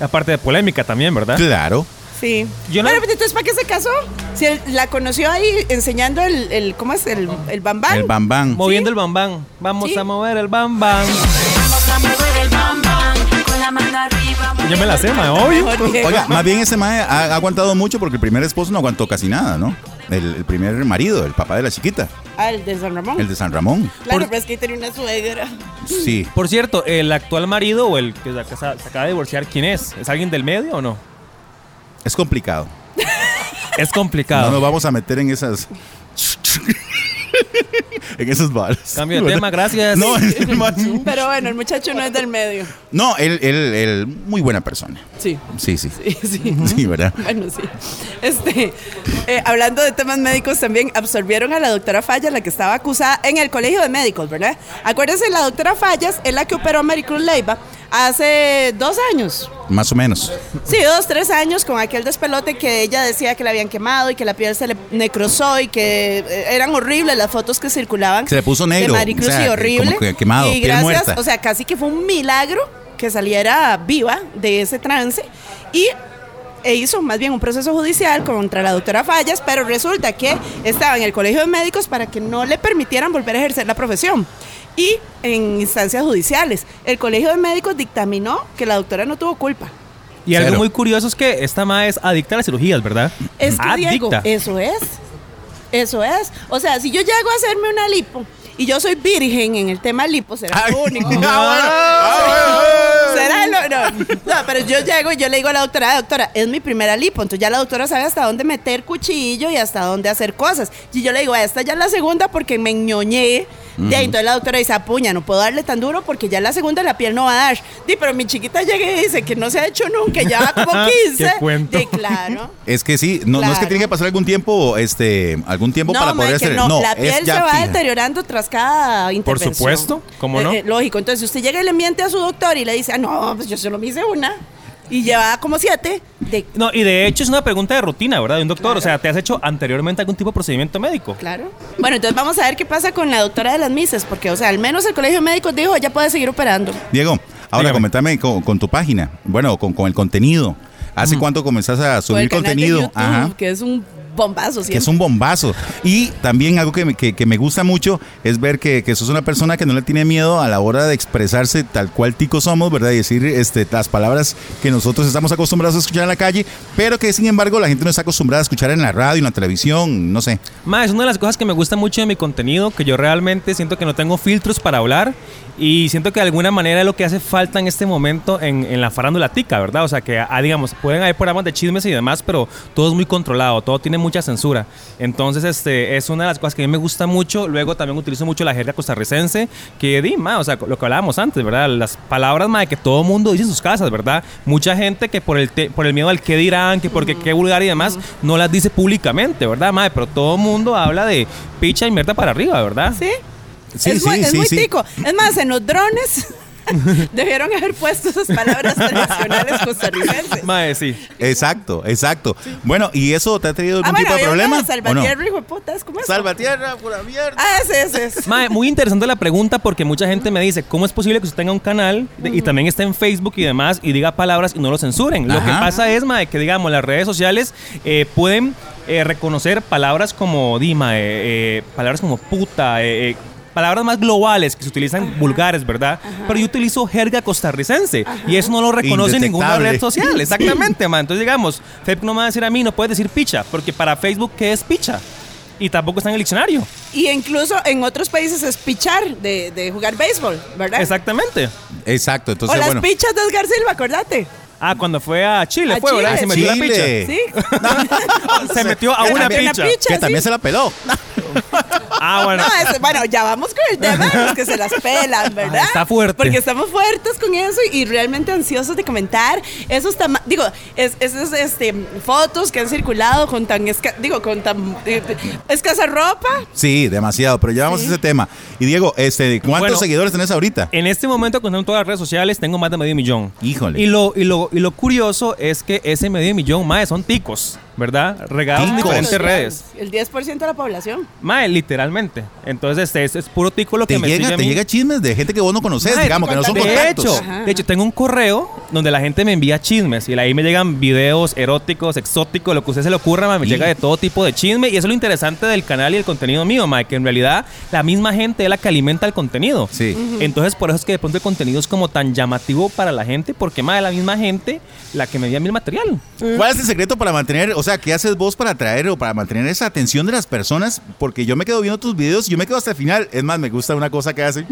Speaker 5: Aparte de polémica también, ¿verdad?
Speaker 2: Claro.
Speaker 4: Sí.
Speaker 5: Yo no-
Speaker 4: Pero pues, entonces, ¿para qué se casó? Si él- la conoció ahí enseñando el, el- ¿cómo es? El, el bambán.
Speaker 2: El bam bam.
Speaker 5: Moviendo el bambán. Vamos
Speaker 4: Sí.
Speaker 5: a mover el bambán.
Speaker 6: Vamos a mover el bam bam con la mano arriba.
Speaker 5: Yo me la sé, mae, obvio.
Speaker 4: Mejor que-
Speaker 2: Oiga, más bien ese mae ha ha aguantado mucho porque el primer esposo no aguantó casi nada, ¿no? el, el primer marido, el papá de la chiquita,
Speaker 4: Ah, el de San Ramón.
Speaker 2: el de San Ramón.
Speaker 4: Claro,
Speaker 5: Por-
Speaker 4: pero es que tenía una suegra.
Speaker 2: Sí.
Speaker 5: Por cierto, el actual marido o el que se acaba- se acaba de divorciar, ¿quién es? ¿Es alguien del medio o no?
Speaker 2: Es complicado.
Speaker 5: Es
Speaker 2: No
Speaker 5: complicado.
Speaker 2: nos vamos a meter en esas. en esos bares.
Speaker 5: Cambio de tema, gracias.
Speaker 2: No, es más-
Speaker 4: Pero bueno, el muchacho no es del medio.
Speaker 2: no él, él, él, muy buena persona.
Speaker 4: Sí.
Speaker 2: Sí, sí.
Speaker 4: Sí, sí.
Speaker 2: Sí, ¿verdad?
Speaker 4: Bueno, sí. Este, eh, hablando de temas médicos, también absolvieron a la doctora Fallas, la que estaba acusada en el colegio de médicos, ¿verdad? Acuérdense, la doctora Fallas es la que operó a Maricruz Leiva hace dos años.
Speaker 2: Más o menos.
Speaker 4: Sí, dos, tres años con aquel despelote que ella decía que la habían quemado y que la piel se le necrosó y que eh, eran horribles las fotos que circulaban.
Speaker 2: Se le puso negro,
Speaker 4: De Maricruz,
Speaker 2: o sea,
Speaker 4: sí,
Speaker 2: eh,
Speaker 4: horrible.
Speaker 2: como que quemado,
Speaker 4: y
Speaker 2: piel
Speaker 4: gracias,
Speaker 2: muerta.
Speaker 4: o sea, casi que fue un milagro que saliera viva de ese trance. Y e hizo más bien un proceso judicial contra la doctora Fallas, pero resulta que estaba en el colegio de médicos para que no le permitieran volver a ejercer la profesión. Y en instancias judiciales, el colegio de médicos dictaminó que la doctora no tuvo culpa.
Speaker 5: Y algo
Speaker 2: Cero.
Speaker 5: muy curioso es que esta madre es adicta a las cirugías, ¿verdad?
Speaker 4: Es
Speaker 2: Ah,
Speaker 4: que, Diego,
Speaker 5: adicta.
Speaker 6: eh,
Speaker 4: eso es. Eso es. O sea, si yo llego a hacerme una lipo y yo soy virgen en el tema lipo, será
Speaker 2: Ay.
Speaker 4: lo único.
Speaker 2: Ah, bueno.
Speaker 4: Será lo- no. No, pero yo llego y yo le digo a la doctora, doctora, es mi primera lipo. Entonces ya la doctora sabe hasta dónde meter cuchillo y hasta dónde hacer cosas. Y yo le digo, "Ah, esta ya es la segunda porque me ñoñé. Y ahí entonces la doctora dice, apuña, no puedo darle tan duro porque ya es la segunda la piel no va a dar. Di, pero mi chiquita llega y dice que no se ha hecho nunca, ya va como 15.
Speaker 5: Qué cuento.
Speaker 4: Di, claro.
Speaker 2: Es que sí, no, no es que
Speaker 4: Claro.
Speaker 2: tiene que pasar algún tiempo, este, algún tiempo para poder
Speaker 4: mae, que
Speaker 2: hacer.
Speaker 4: No,
Speaker 2: No,
Speaker 4: la
Speaker 2: es
Speaker 4: piel
Speaker 2: ya
Speaker 4: se va
Speaker 2: fija.
Speaker 4: deteriorando tras cada intervención. Eh,
Speaker 5: supuesto, ¿cómo no?
Speaker 4: lógico. Entonces, si usted llega y le miente a su doctor y le dice, ah, no, pues yo solo me hice una y lleva como siete, de,
Speaker 5: No, y de hecho es una pregunta de rutina, ¿verdad? De un doctor. O sea, ¿te has hecho anteriormente algún tipo de procedimiento médico?
Speaker 4: claro. Bueno, entonces vamos a ver qué pasa con la doctora de las mises, porque, o sea, al menos el colegio médico dijo, ya puede seguir operando.
Speaker 2: Diego, ahora
Speaker 5: Dígame.
Speaker 2: comentame con, con tu página, bueno, con, con el contenido. ¿Hace cuánto comenzás a
Speaker 4: Por el
Speaker 2: subir
Speaker 4: canal de
Speaker 2: contenido?
Speaker 4: YouTube, Que es un bombazo,
Speaker 2: Que es un bombazo. Y también algo que me, que, que me gusta mucho es ver que, que sos una persona que no le tiene miedo a la hora de expresarse tal cual tico somos, ¿verdad? Y decir este, las palabras que nosotros estamos acostumbrados a escuchar en la calle, pero que sin embargo la gente no está acostumbrada a escuchar en la radio, en la televisión, no sé.
Speaker 5: Ma, es una de las cosas que me gusta mucho de mi contenido, que yo realmente siento que no tengo filtros para hablar y siento que de alguna manera es lo que hace falta en este momento en, en la farándula tica, ¿verdad? O sea, que, ah, digamos, pueden haber programas de chismes y demás, pero todo es muy controlado, todo tiene mucha censura. Entonces, este, es una de las cosas que a mí me gusta mucho. Luego también utilizo mucho la jerga costarricense, que di, ma, o sea, lo que hablábamos antes, ¿verdad? Las palabras, ma, que todo mundo dice en sus casas, ¿verdad? Mucha gente que por el, te- por el miedo al qué dirán, que porque qué vulgar y demás, no las dice públicamente, ¿verdad, ma? Pero todo mundo habla de picha y mierda para arriba, ¿verdad?
Speaker 4: Sí.
Speaker 2: Sí,
Speaker 4: es
Speaker 2: sí,
Speaker 4: muy, es
Speaker 2: sí,
Speaker 4: muy
Speaker 2: sí.
Speaker 4: tico. Es más, en los drones debieron haber puesto esas palabras tradicionales costarricenses.
Speaker 5: Mae, sí.
Speaker 2: Exacto, exacto. Bueno, ¿y eso te ha traído algún
Speaker 4: Ah, bueno,
Speaker 2: tipo de
Speaker 4: había
Speaker 2: problema?
Speaker 4: una de
Speaker 2: ¿o no?
Speaker 4: Salvatierra, hijo de puta, ¿es como eso?
Speaker 2: Salvatierra, pura mierda.
Speaker 4: Ah, ese, ese, ese.
Speaker 5: Mae, muy interesante la pregunta porque mucha gente me dice, ¿cómo es posible que usted tenga un canal de- y también esté en Facebook y demás y diga palabras y no lo censuren? Lo que
Speaker 2: Ajá.
Speaker 5: pasa es, mae, que digamos, las redes sociales eh, pueden eh, reconocer palabras como Dima, eh, eh, palabras como puta, eh, eh, palabras más globales que se utilizan vulgares, ¿verdad? Pero yo utilizo jerga costarricense y eso no lo reconoce ninguna
Speaker 2: Indetectable.
Speaker 5: red social, exactamente, mae. Entonces, digamos, Facebook no me va a decir a mí, no puedes decir picha, porque para Facebook, ¿qué es picha? Y tampoco está en el diccionario.
Speaker 4: Y incluso en otros países es pichar de, de jugar béisbol, ¿verdad?
Speaker 5: Exactamente.
Speaker 2: Exacto,
Speaker 4: o
Speaker 2: entonces
Speaker 4: las
Speaker 2: bueno.
Speaker 4: pichas de Edgar Silva, acordate.
Speaker 5: Ah, cuando fue a Chile,
Speaker 4: A
Speaker 5: fue, ¿verdad?
Speaker 4: Chile.
Speaker 5: Se metió
Speaker 2: Chile. Ah,
Speaker 5: la picha.
Speaker 2: Eh.
Speaker 4: Sí.
Speaker 5: Se metió a
Speaker 4: Se
Speaker 5: una
Speaker 4: metió una
Speaker 5: picha.
Speaker 4: picha.
Speaker 2: que también
Speaker 4: sí.
Speaker 2: se la peló.
Speaker 5: Ah, bueno.
Speaker 4: No, es- bueno, ya vamos con el tema de los que se las pelan, ¿verdad?
Speaker 5: Ah, está fuerte.
Speaker 4: Porque estamos fuertes con eso y, y realmente ansiosos de comentar esos tama- digo, es- esas este, fotos que han circulado con tan esca- digo, con tan eh, escasa ropa.
Speaker 2: Sí, demasiado, pero ya vamos a ese tema. Y Diego, este, ¿cuántos
Speaker 5: Bueno.
Speaker 2: seguidores tenés ahorita?
Speaker 5: En este momento, contando todas las redes sociales, tengo más de medio millón.
Speaker 2: Híjole.
Speaker 5: Y lo, y lo, y lo curioso es que ese medio millón, mae, son ticos, ¿verdad? Regados en
Speaker 2: Ticos.
Speaker 5: diferentes redes.
Speaker 4: El 10% de la población.
Speaker 5: Mae, literalmente. Entonces, este, este es puro tico lo que
Speaker 2: Te
Speaker 5: me sigue
Speaker 2: llega,
Speaker 5: a
Speaker 2: te
Speaker 5: mí.
Speaker 2: llega chismes de gente que vos no conoces,
Speaker 5: Mae,
Speaker 2: digamos, que no son
Speaker 5: de
Speaker 2: contactos.
Speaker 5: hecho,
Speaker 4: Ajá,
Speaker 5: de hecho, tengo un correo donde la gente me envía chismes y ahí me llegan videos eróticos, exóticos, lo que a usted se le ocurra, ma, me
Speaker 7: Y-
Speaker 5: llega de todo tipo de chisme y eso es lo interesante del canal y el contenido mío, ma, que en realidad la misma gente es la que alimenta el contenido.
Speaker 2: Sí.
Speaker 5: Entonces, por eso es que de pronto el contenido es como tan llamativo para la gente, porque más de la misma gente la que me envía el material.
Speaker 2: ¿Cuál es el secreto para mantener, o sea, qué haces vos para atraer o para mantener esa atención de las personas? Porque yo me quedo viendo tus videos y yo me quedo hasta el final. Es más, me gusta una cosa que hacen.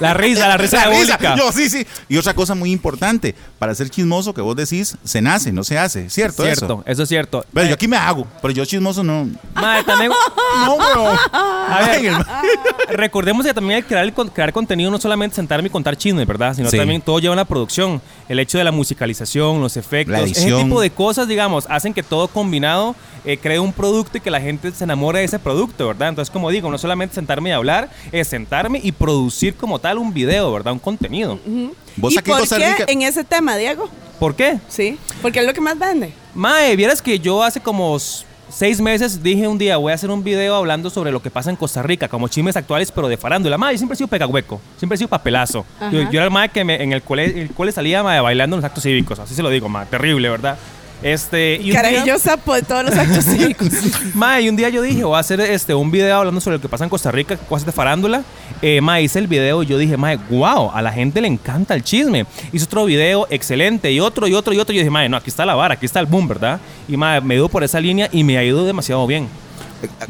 Speaker 5: La risa, la risa
Speaker 2: La risa.
Speaker 5: diabólica.
Speaker 2: Yo, sí, sí. Y otra cosa muy importante, para ser chismoso que vos decís, se nace, no se hace, ¿cierto?
Speaker 5: Cierto, Eh.
Speaker 2: Eso?
Speaker 5: eso? es cierto.
Speaker 2: Pero yo aquí me hago, pero yo chismoso no.
Speaker 5: Madre, también,
Speaker 2: No, bro. A
Speaker 5: ver. recordemos que también el crear, el con- crear contenido no solamente sentarme y contar chismes, ¿verdad? Sino
Speaker 2: Sí.
Speaker 5: también todo lleva una producción. El hecho de la musicalización, los efectos,
Speaker 2: La
Speaker 5: ese
Speaker 2: edición.
Speaker 5: tipo de cosas, digamos, hacen que todo combinado eh, cree un producto y que la gente se enamore de ese producto, ¿verdad? Entonces, como digo, no solamente sentarme y hablar, es sentarme y producir como tal un video, ¿verdad? Un contenido.
Speaker 2: Vos
Speaker 4: ¿Y
Speaker 2: aquí en
Speaker 4: por
Speaker 2: Costa
Speaker 4: qué
Speaker 2: Rica-
Speaker 4: en ese tema, Diego?
Speaker 5: ¿Por qué?
Speaker 4: Sí, porque es lo que más vende.
Speaker 5: Mae, vieras que yo hace como s- seis meses dije un día, voy a hacer un video hablando sobre lo que pasa en Costa Rica, como chismes actuales, pero de farándula. Mae, yo siempre he sido pegahueco, siempre he sido papelazo.
Speaker 4: Ajá.
Speaker 5: Yo, yo era el mae que me- en el cole, el cole salía mae, bailando en los actos cívicos, así se lo digo, mae, terrible, ¿verdad? Este, y un día-
Speaker 4: Caray, yo sapo de todos los actos cívicos.
Speaker 5: Mae, y un día yo dije, voy a hacer este, un video hablando sobre lo que pasa en Costa Rica, cosas de farándula. Eh, mae, hice el video y yo dije, mae, wow, a la gente le encanta el chisme. Hice otro video excelente y otro y otro y otro. Yo dije, mae, no, aquí está la vara, aquí está el boom, ¿verdad? Y mae, me dio por esa línea y me ha ido demasiado bien.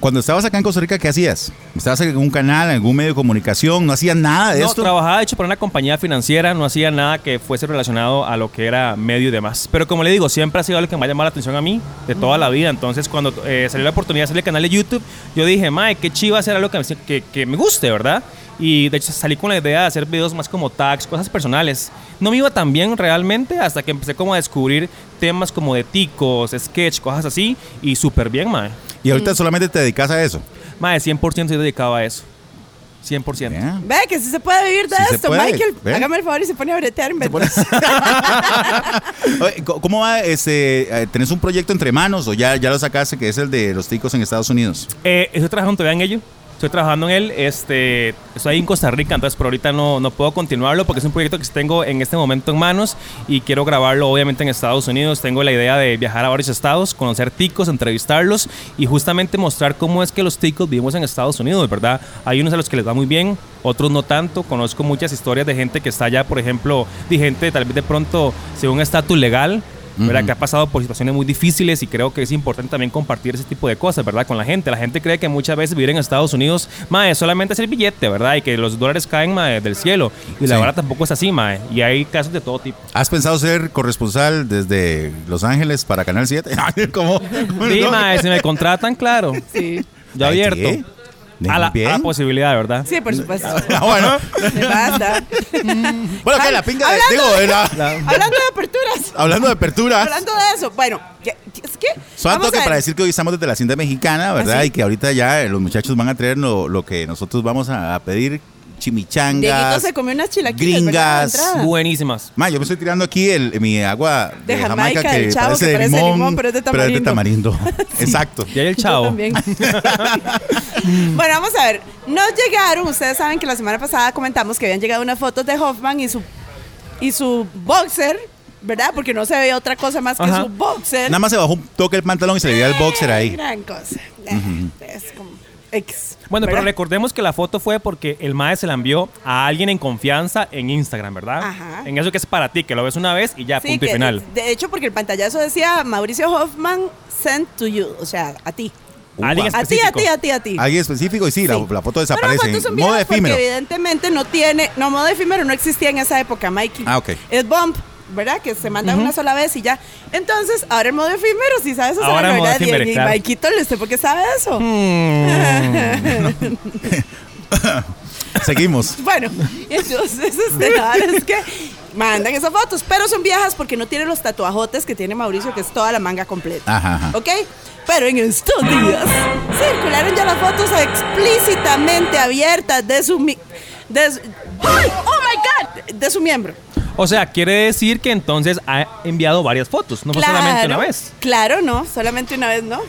Speaker 2: Cuando estabas acá en Costa Rica, ¿qué hacías? ¿Estabas en algún canal, en algún medio de comunicación? ¿No hacías nada de
Speaker 5: No,
Speaker 2: esto?
Speaker 5: trabajaba de hecho para una compañía financiera, no hacía nada que fuese relacionado a lo que era medio y demás. Pero como le digo, siempre ha sido lo que me ha llamado la atención a mí de toda la vida. Entonces, cuando eh, salió la oportunidad de hacer el canal de YouTube, yo dije, mae, qué chiva hacer algo que me, que, que me guste, ¿verdad? Y de hecho salí con la idea de hacer videos más como tags, cosas personales. No me iba tan bien realmente hasta que empecé como a descubrir temas como de ticos, sketch, cosas así. Y súper bien, mae.
Speaker 2: Y ahorita solamente te dedicas a eso.
Speaker 5: Mae, 100% soy dedicado a eso. 100%.
Speaker 2: Vea.
Speaker 4: Ve que sí se puede vivir de
Speaker 2: Sí se
Speaker 4: esto,
Speaker 2: puede,
Speaker 4: Michael.
Speaker 2: ve.
Speaker 4: Hágame el favor y se pone a bretear.
Speaker 2: Te
Speaker 4: inventa.
Speaker 2: pones- Oye, co- ¿Cómo va? Este, eh, ¿Tenés un proyecto entre manos o ya, ya lo sacaste, que es el de los ticos en Estados Unidos?
Speaker 5: Eh, estoy trabajando todavía en ello. Estoy trabajando en él. Este, estoy ahí en Costa Rica, entonces por ahorita no, no puedo continuarlo porque es un proyecto que tengo en este momento en manos y quiero grabarlo obviamente en Estados Unidos. Tengo la idea de viajar a varios estados, conocer ticos, entrevistarlos y justamente mostrar cómo es que los ticos vivimos en Estados Unidos, ¿verdad? Hay unos a los que les va muy bien, otros no tanto. Conozco muchas historias de gente que está allá, por ejemplo, de gente tal vez de pronto según estatus legal, ¿verdad? Que ha pasado por situaciones muy difíciles y creo que es importante también compartir ese tipo de cosas, ¿verdad? Con la gente. La gente cree que muchas veces vivir en Estados Unidos, mae, solamente es el billete, ¿verdad? Y que los dólares caen, mae, del cielo. Y la
Speaker 2: Sí.
Speaker 5: verdad tampoco es así, mae. Y hay casos de todo tipo.
Speaker 2: ¿Has pensado ser corresponsal desde Los Ángeles para Canal 7? ¿Cómo?
Speaker 5: Sí,
Speaker 2: No.
Speaker 5: mae, si me contratan, claro.
Speaker 4: Sí.
Speaker 5: Yo
Speaker 2: Ay,
Speaker 5: abierto.
Speaker 2: ¿qué?
Speaker 5: A la, a la
Speaker 2: Bien.
Speaker 5: posibilidad, ¿verdad?
Speaker 4: Sí, por supuesto.
Speaker 2: Ah, bueno.
Speaker 4: Me basta.
Speaker 2: Bueno, que
Speaker 4: Ay,
Speaker 2: la pinga de,
Speaker 4: hablando
Speaker 2: digo, de la-
Speaker 4: Hablando de aperturas.
Speaker 2: hablando de apertura.
Speaker 4: Hablando de eso. Bueno, ¿qué- qué- es que.
Speaker 2: Solo
Speaker 4: vamos
Speaker 2: toque
Speaker 4: a
Speaker 2: para
Speaker 4: ver.
Speaker 2: decir que hoy estamos desde la cinta mexicana, ¿verdad?
Speaker 4: Ah, sí.
Speaker 2: Y que ahorita ya eh, los muchachos van a traer lo, lo que nosotros vamos a, a pedir,
Speaker 4: Dieguito
Speaker 2: chimichangas,
Speaker 4: se comió unas chilaquiles.
Speaker 2: gringas.
Speaker 4: ¿verdad? La entrada.
Speaker 5: Ah. Buenísimas.
Speaker 2: Ma, yo me estoy tirando aquí el, mi agua de,
Speaker 4: De
Speaker 2: Jamaica,
Speaker 4: Jamaica,
Speaker 2: que,
Speaker 4: del chavo,
Speaker 2: parece
Speaker 4: que
Speaker 2: de
Speaker 4: parece
Speaker 2: limón,
Speaker 4: limón, pero es de
Speaker 2: tamarindo. Exacto.
Speaker 5: Y ahí el
Speaker 4: Yo
Speaker 5: chavo.
Speaker 4: también. bueno, vamos a ver. Nos llegaron, ustedes saben que la semana pasada comentamos que habían llegado unas fotos de Hoffman y su, y su boxer, ¿verdad? Porque no se veía otra cosa más que
Speaker 5: Ajá.
Speaker 4: su boxer.
Speaker 2: Nada más se bajó un toque el pantalón y se le dio el boxer
Speaker 4: Eh,
Speaker 2: ahí.
Speaker 4: Gran cosa. Eh, Es como X.
Speaker 5: Bueno, pero
Speaker 4: ¿verdad?
Speaker 5: recordemos que la foto fue porque el mae se la envió a alguien en confianza en Instagram, ¿verdad?
Speaker 4: Ajá.
Speaker 5: En eso que es para ti, que lo ves una vez y ya,
Speaker 4: Sí,
Speaker 5: punto y
Speaker 4: que-
Speaker 5: final.
Speaker 4: De hecho, porque el pantallazo decía Mauricio Hoffman sent to you, o sea, a ti.
Speaker 5: Alguien
Speaker 4: A ti, a
Speaker 5: específico.
Speaker 4: ti, a ti, a ti.
Speaker 2: Alguien específico y sí, La,
Speaker 4: Sí.
Speaker 2: la foto
Speaker 4: Pero
Speaker 2: desaparece.
Speaker 4: fotos son
Speaker 2: modo
Speaker 4: viejas
Speaker 2: efímero.
Speaker 4: Porque evidentemente no tiene. No, modo efímero no existía en esa época, Mikey.
Speaker 2: Ah, ok.
Speaker 4: Es bump, ¿verdad? Que se manda una sola vez y ya. Entonces, ahora el modo efímero, si sabes eso,
Speaker 5: Ahora modo
Speaker 4: ¿verdad?
Speaker 5: efímero,
Speaker 4: y, y
Speaker 5: claro.
Speaker 4: Maikito, ¿le usted por qué sabe eso?
Speaker 2: Seguimos.
Speaker 4: Bueno, entonces, este, ahora es que mandan esas fotos, pero son viejas porque no tiene los tatuajotes que tiene Mauricio, que es toda la manga completa.
Speaker 2: Ajá, ajá.
Speaker 4: ¿Ok? Pero en estos días circularon ya las fotos explícitamente abiertas de su. mi- de su- ¡Ay! ¡Oh my God! De su miembro.
Speaker 5: O sea, quiere decir que entonces ha enviado varias fotos, no fue solamente una vez.
Speaker 4: Claro, no, solamente una vez no.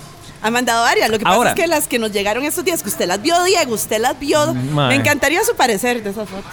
Speaker 4: Ha mandado varias. Lo que
Speaker 5: Ahora.
Speaker 4: pasa es que las que nos llegaron estos días, que usted las vio, Diego, usted las vio.
Speaker 5: Mae.
Speaker 4: Me encantaría su parecer de esas fotos.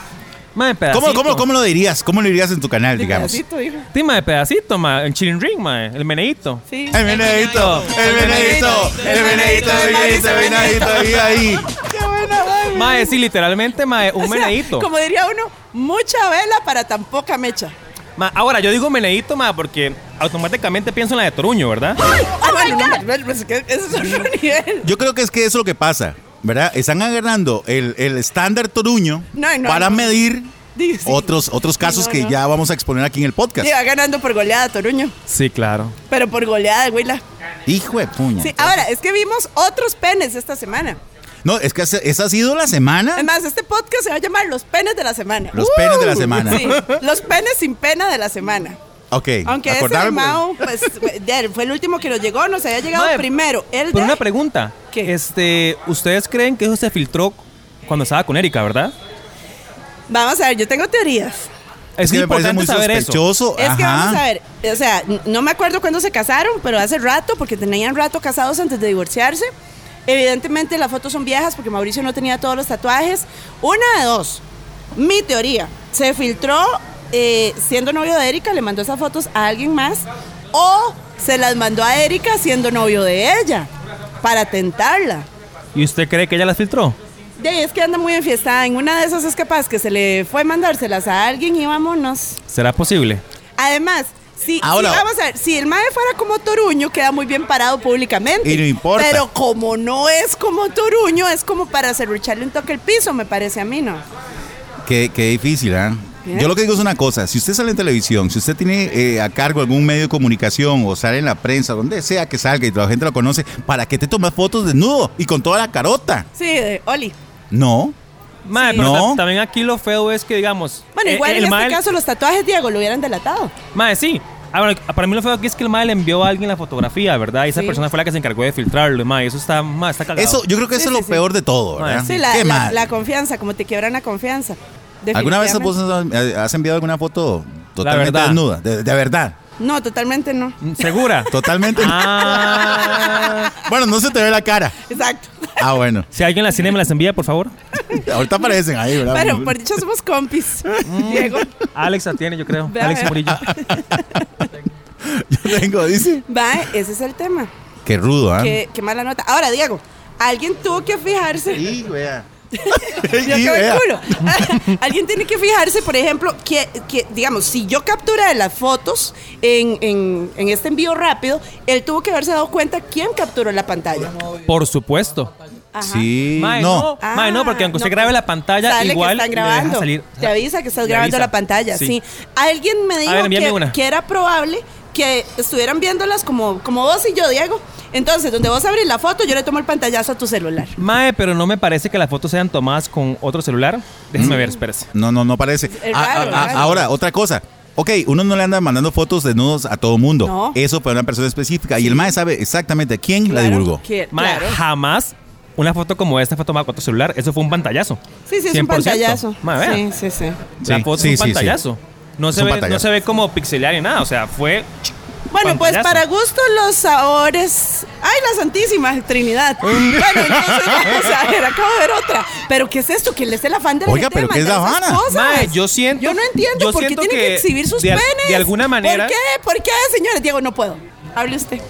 Speaker 5: Mae, pedacito.
Speaker 2: ¿Cómo, cómo, cómo lo dirías? ¿Cómo lo dirías en tu canal, digamos?
Speaker 4: Pedacito, dijo.
Speaker 5: Sí, mae, pedacito, mae. El chilling ring, mae. El meneíto.
Speaker 4: Sí.
Speaker 2: El Benedito, el Benedito, el Benedito, el Benedito, el Benedito, ahí, ahí.
Speaker 4: Qué buena, mae.
Speaker 5: Mae, sí, literalmente, mae, un
Speaker 4: O sea,
Speaker 5: meneíto.
Speaker 4: Como diría uno, mucha vela para tan poca mecha.
Speaker 5: Ma, ahora, yo digo meneíto, ma, porque automáticamente pienso en la de Toruño, ¿verdad?
Speaker 4: Ah, bueno, bueno, pues, que ese es otro nivel.
Speaker 2: Yo creo que es que eso es lo que pasa, ¿verdad? Están agarrando el el estándar toruño
Speaker 4: No, no,
Speaker 2: para
Speaker 4: no.
Speaker 2: medir
Speaker 4: Sí, sí.
Speaker 2: otros, otros casos
Speaker 4: no,
Speaker 2: que
Speaker 4: no.
Speaker 2: ya vamos a exponer aquí en el podcast.
Speaker 4: Sí, va ganando por goleada, Toruño.
Speaker 5: Sí, claro.
Speaker 4: Pero por goleada de Huila.
Speaker 2: Hijo de puña.
Speaker 4: Sí, ah. ahora, es que vimos otros penes esta semana.
Speaker 2: No, es que esa esa ha sido la semana.
Speaker 4: Es más, este podcast se va a llamar Los Penes de la Semana. Uh.
Speaker 2: Los penes de la semana.
Speaker 4: Sí, los penes sin pena de la semana.
Speaker 2: Ok.
Speaker 4: Aunque ese
Speaker 2: acordaron-
Speaker 4: Mao, pues, de- fue el último que nos llegó, nos había llegado
Speaker 5: Mae,
Speaker 4: primero. El
Speaker 5: Pero
Speaker 4: de-
Speaker 5: una pregunta.
Speaker 4: ¿Qué?
Speaker 5: Este, ¿ustedes creen que eso se filtró cuando estaba con Erika, verdad?
Speaker 4: Vamos a ver, yo tengo teorías.
Speaker 2: Es que me parece muy sospechoso.
Speaker 4: Es que
Speaker 2: ajá.
Speaker 4: vamos a ver, o sea, n- no me acuerdo cuándo se casaron, pero hace rato, porque tenían rato casados antes de divorciarse. Evidentemente las fotos son viejas porque Mauricio no tenía todos los tatuajes. Una de dos, mi teoría, se filtró eh, siendo novio de Erika, le mandó esas fotos a alguien más, o se las mandó a Erika siendo novio de ella, para tentarla.
Speaker 5: ¿Y usted cree que ella las filtró?
Speaker 4: De ahí es que anda muy enfiestada, en una de esas es capaz que se le fue mandárselas a alguien y vámonos.
Speaker 5: ¿Será posible?
Speaker 4: Además, si,
Speaker 2: Ahora-
Speaker 4: si- vamos a ver, si el mae fuera como Toruño, queda muy bien parado públicamente.
Speaker 2: Y no importa.
Speaker 4: Pero como no es como Toruño, es como para cerrucharle un toque al piso, me parece a mí, ¿no?
Speaker 2: Qué, qué difícil, ¿ah?
Speaker 4: ¿Qué?
Speaker 2: Yo lo que digo es una cosa, si usted sale en televisión, si usted tiene eh, a cargo algún medio de comunicación o sale en la prensa, donde sea que salga y la gente lo conoce, ¿para qué te tomas fotos desnudo y con toda la carota?
Speaker 4: Sí, de Oli.
Speaker 2: No.
Speaker 5: Mae,
Speaker 4: Sí.
Speaker 5: pero
Speaker 2: No.
Speaker 5: ta- también aquí lo feo es que, digamos.
Speaker 4: Bueno,
Speaker 5: eh,
Speaker 4: igual en este
Speaker 5: mae-
Speaker 4: caso los tatajes, Diego, lo hubieran delatado.
Speaker 5: Mae, sí. Ah, bueno, para mí lo feo aquí es que el mae le envió a alguien la fotografía, ¿verdad? Y esa
Speaker 4: Sí.
Speaker 5: persona fue la que se encargó de filtrarlo, mae. Eso está, mae, está cagado.
Speaker 2: Eso, yo creo que eso
Speaker 4: Sí,
Speaker 2: es lo
Speaker 4: sí, sí.
Speaker 2: peor de todo, ¿verdad?
Speaker 5: Bueno,
Speaker 4: Sí, la,
Speaker 2: Ah, Qué
Speaker 4: la-
Speaker 2: mal.
Speaker 4: la confianza, como te quiebran la confianza.
Speaker 2: ¿Alguna vez vos
Speaker 4: Definitivamente.
Speaker 2: has eh, has enviado alguna foto totalmente
Speaker 5: verdad.
Speaker 2: desnuda? De, de verdad.
Speaker 4: No, totalmente no.
Speaker 5: Mm, ¿Segura?
Speaker 2: Totalmente.
Speaker 5: Ah.
Speaker 2: Bueno, no se te ve la cara.
Speaker 4: Exacto.
Speaker 2: Ah, bueno.
Speaker 5: Si alguien la cine me las envía, por favor.
Speaker 2: Ahorita aparecen ahí, ¿verdad?
Speaker 4: Pero por dicho somos compis. Diego,
Speaker 5: Alex la tiene, yo creo.
Speaker 4: Vea, Ah,
Speaker 5: Alex
Speaker 4: vea.
Speaker 5: Murillo.
Speaker 2: Yo tengo, dice.
Speaker 4: va, ese es el tema.
Speaker 2: Qué rudo, ¿ah?
Speaker 4: Qué, qué mala nota. Ahora, Diego, alguien tuvo que fijarse.
Speaker 2: Y, wea.
Speaker 4: Yo
Speaker 2: Y,
Speaker 4: acabo de
Speaker 2: wea.
Speaker 4: culo. Ah, Alguien tiene que fijarse, por ejemplo, que, que, digamos, si yo captura las fotos en, en- en este envío rápido, él tuvo que haberse dado cuenta quién capturó la pantalla.
Speaker 5: Por supuesto.
Speaker 4: Ajá. Ah,
Speaker 2: Sí,
Speaker 5: Mae,
Speaker 2: no.
Speaker 5: no. Mae, no, porque aunque usted
Speaker 4: no,
Speaker 5: grabe
Speaker 4: pero
Speaker 5: la pantalla,
Speaker 4: sale que
Speaker 5: igual
Speaker 4: están
Speaker 5: le deja
Speaker 4: grabando.
Speaker 5: salir.
Speaker 4: Te avisa que estás
Speaker 5: Le
Speaker 4: grabando
Speaker 5: avisa.
Speaker 4: la pantalla, sí.
Speaker 5: Sí.
Speaker 4: Alguien me dijo
Speaker 5: ver, envíame
Speaker 4: que,
Speaker 5: una.
Speaker 4: que era probable que estuvieran viéndolas como, como vos y yo, Diego. Entonces, donde vos abrís la foto, yo le tomo el pantallazo a tu celular.
Speaker 5: Mae, pero no me parece que las fotos sean tomadas con otro celular. Déjeme
Speaker 2: Mm.
Speaker 5: ver, espérese.
Speaker 2: No, no, no parece.
Speaker 4: Es
Speaker 2: Ah,
Speaker 4: raro,
Speaker 2: ah, ah,
Speaker 4: raro.
Speaker 2: Ahora, otra cosa. Ok, uno no le anda mandando fotos desnudos a todo mundo.
Speaker 4: No.
Speaker 2: Eso para una persona específica. Y el MAE sabe exactamente a quién la
Speaker 4: Claro,
Speaker 2: divulgó.
Speaker 4: que-
Speaker 5: Mae,
Speaker 4: Eh, claro.
Speaker 5: jamás una foto como esta fue tomada con otro celular. Eso fue un pantallazo.
Speaker 4: Sí, sí, es
Speaker 5: 100%.
Speaker 4: un pantallazo.
Speaker 5: Mae, vea.
Speaker 4: Sí, sí, sí.
Speaker 5: La
Speaker 2: Sí,
Speaker 5: foto
Speaker 2: sí,
Speaker 5: es
Speaker 2: sí,
Speaker 5: un
Speaker 2: sí.
Speaker 5: pantallazo. No,
Speaker 2: Es
Speaker 5: se
Speaker 2: un
Speaker 5: ve, no
Speaker 2: pantallazo.
Speaker 5: se ve como pixelar ni nada. O sea, fue.
Speaker 4: Bueno, pues
Speaker 5: Pantallazo.
Speaker 4: para gusto los sabores. ¡Ay, la Santísima Trinidad! bueno, entonces vamos a ver, acabo de ver otra. ¿Pero qué es esto? ¿Quién les el afán de la
Speaker 2: Oiga,
Speaker 4: gente
Speaker 2: pero
Speaker 4: de
Speaker 2: ¿qué es la
Speaker 4: mandar esas
Speaker 2: Habana?
Speaker 4: cosas?
Speaker 5: Mae, yo siento-
Speaker 4: Yo no entiendo
Speaker 5: yo
Speaker 4: por qué
Speaker 5: siento
Speaker 4: tienen que,
Speaker 5: que
Speaker 4: exhibir sus
Speaker 5: de al-
Speaker 4: penes.
Speaker 5: de alguna manera-
Speaker 4: ¿Por qué? ¿Por qué, señores? Diego, no puedo. Hable usted.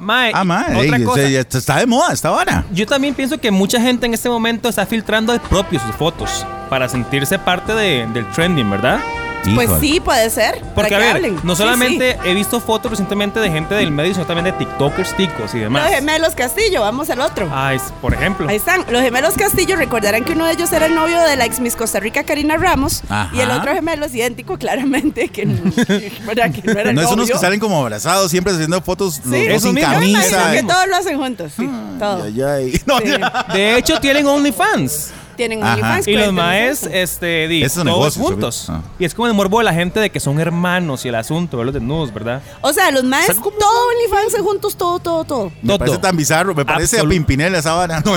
Speaker 5: Mae,
Speaker 2: Ah, MAE.
Speaker 5: Eh, otra
Speaker 2: ey,
Speaker 5: cosa.
Speaker 2: se- ya está de moda, está vara.
Speaker 5: Yo también pienso que mucha gente en este momento está filtrando de propio sus fotos para sentirse parte de- del trending, ¿verdad?
Speaker 4: Pues
Speaker 2: Híjole.
Speaker 4: sí, puede ser. para
Speaker 5: Porque,
Speaker 4: que
Speaker 5: a ver,
Speaker 4: hablen.
Speaker 5: no
Speaker 4: Sí,
Speaker 5: solamente
Speaker 4: sí.
Speaker 5: he visto fotos recientemente de gente del medio, sino también de TikTokers, ticos y demás.
Speaker 4: Los gemelos Castillo, vamos al otro.
Speaker 5: Ay, s- por ejemplo.
Speaker 4: Ahí están, los gemelos Castillo, recordarán que uno de ellos era el novio de la ex Miss Costa Rica Karina Ramos
Speaker 2: Ajá.
Speaker 4: y el otro gemelo es idéntico claramente que no, ¿verdad? que no era el
Speaker 2: No, esos unos
Speaker 4: novio.
Speaker 2: que salen como abrazados, siempre haciendo fotos los dos
Speaker 5: esos
Speaker 2: sin
Speaker 5: mismos.
Speaker 4: Yo me imagino
Speaker 2: camisa.
Speaker 4: que todos lo hacen juntos, sí, todo.
Speaker 2: Ay, ay, ay. No,
Speaker 4: Sí.
Speaker 2: ya.
Speaker 5: De hecho, tienen OnlyFans.
Speaker 4: Tienen
Speaker 2: Ajá.
Speaker 4: OnlyFans,
Speaker 5: Y los
Speaker 4: cuéntenos
Speaker 5: maes,
Speaker 4: eso.
Speaker 5: este, di,
Speaker 2: Ese es un
Speaker 5: todos
Speaker 2: negocio,
Speaker 5: juntos.
Speaker 2: seguro. Ah.
Speaker 5: Y es como el morbo de la gente de que son hermanos y el asunto, ver los desnudos, ¿verdad?
Speaker 4: O sea, los maes,
Speaker 5: ¿Saben
Speaker 4: todo
Speaker 5: cómo
Speaker 4: OnlyFans juntos, todo, todo, todo.
Speaker 2: Me
Speaker 5: Todo.
Speaker 2: parece tan bizarro, me parece
Speaker 5: Absolu-
Speaker 2: a Pimpinela esa vara. No,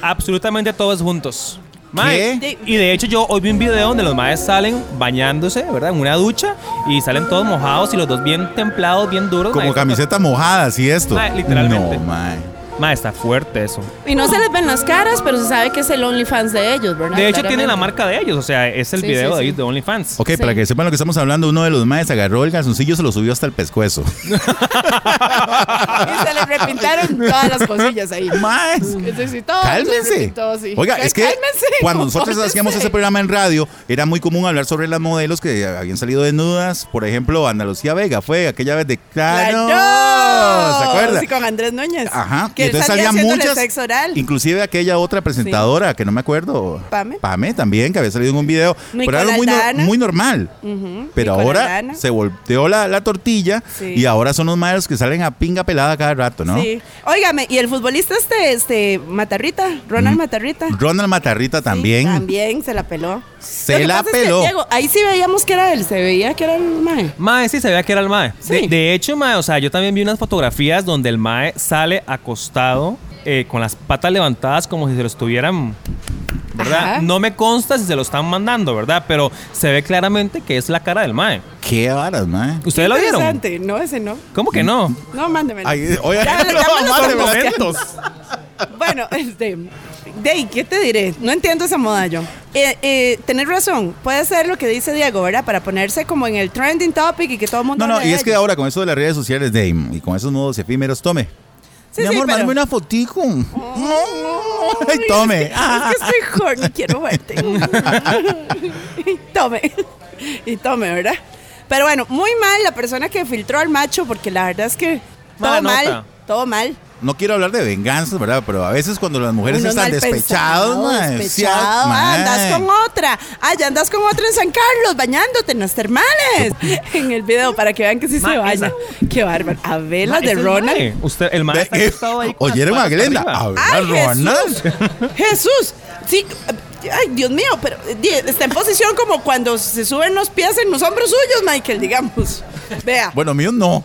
Speaker 5: Absolutamente todos juntos. Mae,
Speaker 4: ¿Qué?
Speaker 5: Y de hecho, yo hoy vi un video donde los maes salen bañándose, ¿verdad? En una ducha y salen todos mojados y los dos bien templados, bien duros.
Speaker 2: como
Speaker 5: mae.
Speaker 2: camisetas mojadas y esto.
Speaker 5: Mae, literalmente.
Speaker 2: No, MAE.
Speaker 5: Ma, está fuerte eso.
Speaker 8: Y no se les ven las caras, pero se sabe que es el OnlyFans de ellos, ¿verdad?
Speaker 5: De hecho,
Speaker 8: Claramente.
Speaker 5: tiene la marca de ellos, o sea, es el
Speaker 8: Sí,
Speaker 5: video
Speaker 8: sí,
Speaker 5: de
Speaker 8: sí.
Speaker 5: ellos de OnlyFans.
Speaker 2: Ok,
Speaker 8: Sí.
Speaker 2: para que sepan lo que estamos hablando, uno de los maes agarró el calzoncillo y se lo subió hasta el pescuezo.
Speaker 8: Y se le repintaron todas las cosillas ahí.
Speaker 2: ¡Maes!
Speaker 8: Entonces, sí,
Speaker 4: Oh,
Speaker 8: todo, se
Speaker 2: ¡Cálmense!
Speaker 8: repintó, sí.
Speaker 2: Oiga, es que
Speaker 8: Cálmense,
Speaker 2: cuando
Speaker 8: no,
Speaker 2: nosotros
Speaker 8: cálmense.
Speaker 2: hacíamos ese programa en radio, era muy común hablar sobre las modelos que habían salido desnudas. Por ejemplo, Ana Lucía Vega fue aquella vez de Claro. Ah, ¿Se acuerda?
Speaker 4: Sí, con Andrés Núñez.
Speaker 2: Ajá.
Speaker 4: Que
Speaker 2: y entonces
Speaker 4: salía
Speaker 2: salían
Speaker 4: haciéndole
Speaker 2: muchas.
Speaker 4: sexo oral.
Speaker 2: Inclusive aquella otra presentadora, que no me acuerdo.
Speaker 4: Pame.
Speaker 2: Pame también, que había salido en un video. pero
Speaker 4: Nicolás
Speaker 2: era algo muy, no-
Speaker 4: Lana.
Speaker 2: muy normal. Pero
Speaker 4: Nicolás
Speaker 2: ahora
Speaker 4: Lana.
Speaker 2: se volteó la, la tortilla
Speaker 4: Sí.
Speaker 2: y ahora son los maestros que salen a pinga pelada cada rato, ¿no?
Speaker 4: Sí. Óigame, y el futbolista este, este, Matarrita, Ronald
Speaker 2: Mm.
Speaker 4: Matarrita.
Speaker 2: Ronald Matarrita
Speaker 4: Sí,
Speaker 2: también.
Speaker 4: también se la peló.
Speaker 2: Se
Speaker 4: Lo que
Speaker 2: la
Speaker 4: pasa es que,
Speaker 2: peló.
Speaker 4: Diego, ahí sí veíamos que era él, se veía que era el mae.
Speaker 5: Mae, sí, se veía que era el Mae.
Speaker 4: Sí.
Speaker 5: De, de hecho, Mae, o sea, yo también vi unas fotografías donde el Mae sale acostado eh, con las patas levantadas como si se lo estuvieran. ¿Verdad?
Speaker 4: Ajá.
Speaker 5: No me consta si se lo están mandando, ¿verdad? Pero se ve claramente que es la cara del Mae.
Speaker 2: Qué varas, mae.
Speaker 5: ¿Ustedes lo vieron?
Speaker 4: Interesante, no, ese no.
Speaker 5: ¿Cómo que no?
Speaker 4: No, mándemelo.
Speaker 2: Ay, oye,
Speaker 4: Ya me lo- ya me lo
Speaker 2: madre,
Speaker 4: tomo.
Speaker 2: madre.
Speaker 4: Bueno, este. Dey, ¿qué te diré? No entiendo esa moda yo. Eh, eh, tenés razón, puede ser lo que dice Diego, ¿verdad? Para ponerse como en el trending topic y que todo el mundo.
Speaker 2: No, no,
Speaker 4: hable
Speaker 2: y
Speaker 4: de
Speaker 2: es que
Speaker 4: ello.
Speaker 2: ahora con eso de las redes sociales, Dame, y con esos nudos efímeros, tome.
Speaker 4: Sí,
Speaker 2: Mi
Speaker 4: sí,
Speaker 2: amor,
Speaker 4: pero-
Speaker 2: mándame una fotico.
Speaker 4: Ay,
Speaker 2: Ay, tome. Ah.
Speaker 4: Es que, es que estoy horny, quiero verte. tome. Y tome, ¿verdad? Pero bueno, muy mal la persona que filtró al macho, porque la verdad es que
Speaker 5: Mala
Speaker 4: todo mal,
Speaker 5: nota.
Speaker 4: todo mal.
Speaker 2: No quiero hablar de venganzas, ¿verdad? Pero a veces cuando las mujeres
Speaker 4: Uno es
Speaker 2: están
Speaker 4: mal
Speaker 2: despechadas,
Speaker 4: pensado,
Speaker 2: mae,
Speaker 4: despechado.
Speaker 2: sí,
Speaker 4: Ah,
Speaker 2: mae.
Speaker 4: andas con otra. Ah, ya andas con otra en San Carlos, bañándote en las termales. en el video, para que vean que sí
Speaker 5: Ma,
Speaker 4: se baña. Qué bárbaro. A
Speaker 5: Ah,
Speaker 4: velas de Ronald.
Speaker 5: Mae, Usted, el Mae
Speaker 2: Ve-
Speaker 5: está acostado ahí. con las
Speaker 2: Oyeron a
Speaker 5: patas
Speaker 2: Glenda.
Speaker 5: arriba.
Speaker 2: A ver, a
Speaker 4: ¡Ay,
Speaker 2: Ronald.
Speaker 4: Jesús! ¡Jesús! Sí, ay, Dios mío, pero eh, di- está en posición como cuando se suben los pies en los hombros suyos, Michael, digamos. Vea,
Speaker 2: Bueno, mío no.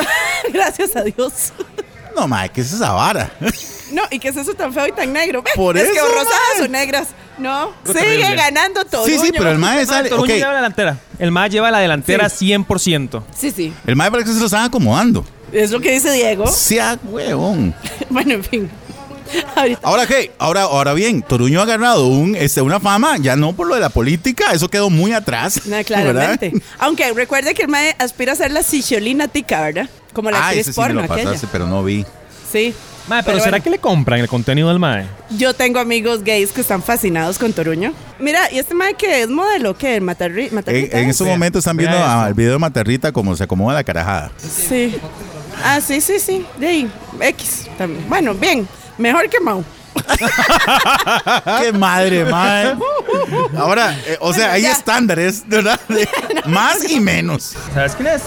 Speaker 4: gracias a Dios.
Speaker 2: No, mae, ¿qué es esa vara?
Speaker 4: No, ¿y qué es eso tan feo y tan negro? Ve,
Speaker 2: Por
Speaker 4: es que
Speaker 2: eso,
Speaker 4: o rosadas
Speaker 2: mae.
Speaker 4: o negras. No,
Speaker 5: Qué
Speaker 4: sigue
Speaker 5: terrible.
Speaker 4: ganando todo.
Speaker 2: sí, sí, pero el mae
Speaker 5: Mae,
Speaker 2: sale.
Speaker 5: Toruño
Speaker 2: Ok,
Speaker 5: lleva la delantera. El Mae lleva la delantera 100%.
Speaker 4: Sí, sí,
Speaker 2: el mae parece que se lo están acomodando.
Speaker 4: es lo que dice Diego.
Speaker 2: Sea huevón.
Speaker 4: Bueno, en fin. Ahorita.
Speaker 2: Ahora qué, ahora, ahora bien, Toruño ha ganado un, este, una fama, ya no por lo de la política, eso quedó muy atrás.
Speaker 4: No,
Speaker 2: ¿verdad?
Speaker 4: claramente. Aunque recuerde que el mae aspira a ser la sicholina tica, ¿verdad? Como la
Speaker 2: ah,
Speaker 4: actriz
Speaker 2: ese sí me
Speaker 4: porno
Speaker 2: lo
Speaker 4: aquella.
Speaker 2: pasaste, pero no vi.
Speaker 4: Sí.
Speaker 5: Mae, pero,
Speaker 4: Pero
Speaker 5: ¿será
Speaker 4: bueno.
Speaker 5: que le compran el contenido del Mae?
Speaker 4: Yo tengo amigos gays que están fascinados con Toruño. Mira, ¿y este mae que es modelo? ¿Qué? ¿El Matarri
Speaker 2: En,
Speaker 4: Matarrita?
Speaker 2: en estos
Speaker 5: Vea,
Speaker 2: momentos están
Speaker 5: vea
Speaker 2: viendo
Speaker 5: esto.
Speaker 2: al video de Matarrita como se acomoda la carajada.
Speaker 4: Sí. Ah, sí, sí, sí. De ahí. X también. Bueno, bien. Mejor que Mau.
Speaker 2: ¡Qué madre, madre! Ahora, eh, o sea,
Speaker 4: Bueno,
Speaker 2: hay
Speaker 4: ya.
Speaker 2: estándares, ¿verdad? De- más y menos.
Speaker 5: ¿Sabes quién es?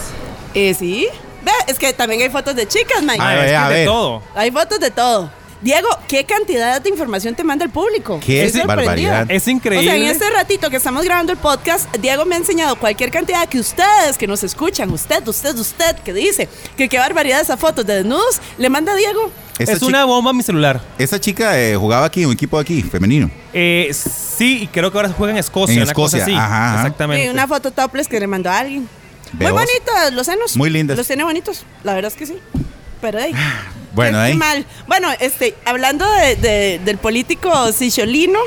Speaker 4: Eh, sí. Ve, es que también hay fotos de chicas, Mike.
Speaker 2: A
Speaker 5: Mae,
Speaker 2: ver,
Speaker 5: es que
Speaker 2: a
Speaker 5: de
Speaker 2: ver.
Speaker 5: todo.
Speaker 4: Hay fotos de todo. Diego, ¿qué cantidad de información te manda el público?
Speaker 2: ¡Qué
Speaker 4: Estoy sorprendida.
Speaker 2: barbaridad!
Speaker 5: Es
Speaker 4: O
Speaker 5: increíble.
Speaker 4: sea, en este ratito que estamos grabando el podcast, Diego me ha enseñado cualquier cantidad que ustedes que nos escuchan, usted, usted, usted, que dice que qué barbaridad esa foto de desnudos, le manda a Diego.
Speaker 2: Esta,
Speaker 5: es
Speaker 2: chica,
Speaker 5: una bomba mi celular.
Speaker 2: esta chica, eh, jugaba aquí, en un equipo aquí, femenino.
Speaker 5: Eh, sí, y creo que ahora juega en Escocia.
Speaker 2: En
Speaker 5: una cosa
Speaker 2: Escocia,
Speaker 5: así.
Speaker 2: ajá, ajá.
Speaker 5: Exactamente.
Speaker 4: Y una foto topless que le mandó a alguien.
Speaker 2: Veos.
Speaker 4: Muy bonitas los senos.
Speaker 2: Muy lindas.
Speaker 4: Los tiene bonitos, la verdad es que sí. Pero ahí.
Speaker 2: Bueno, ¿eh?
Speaker 4: qué- qué
Speaker 2: ahí.
Speaker 4: mal. Bueno, este, hablando de- de- del político Sicholino,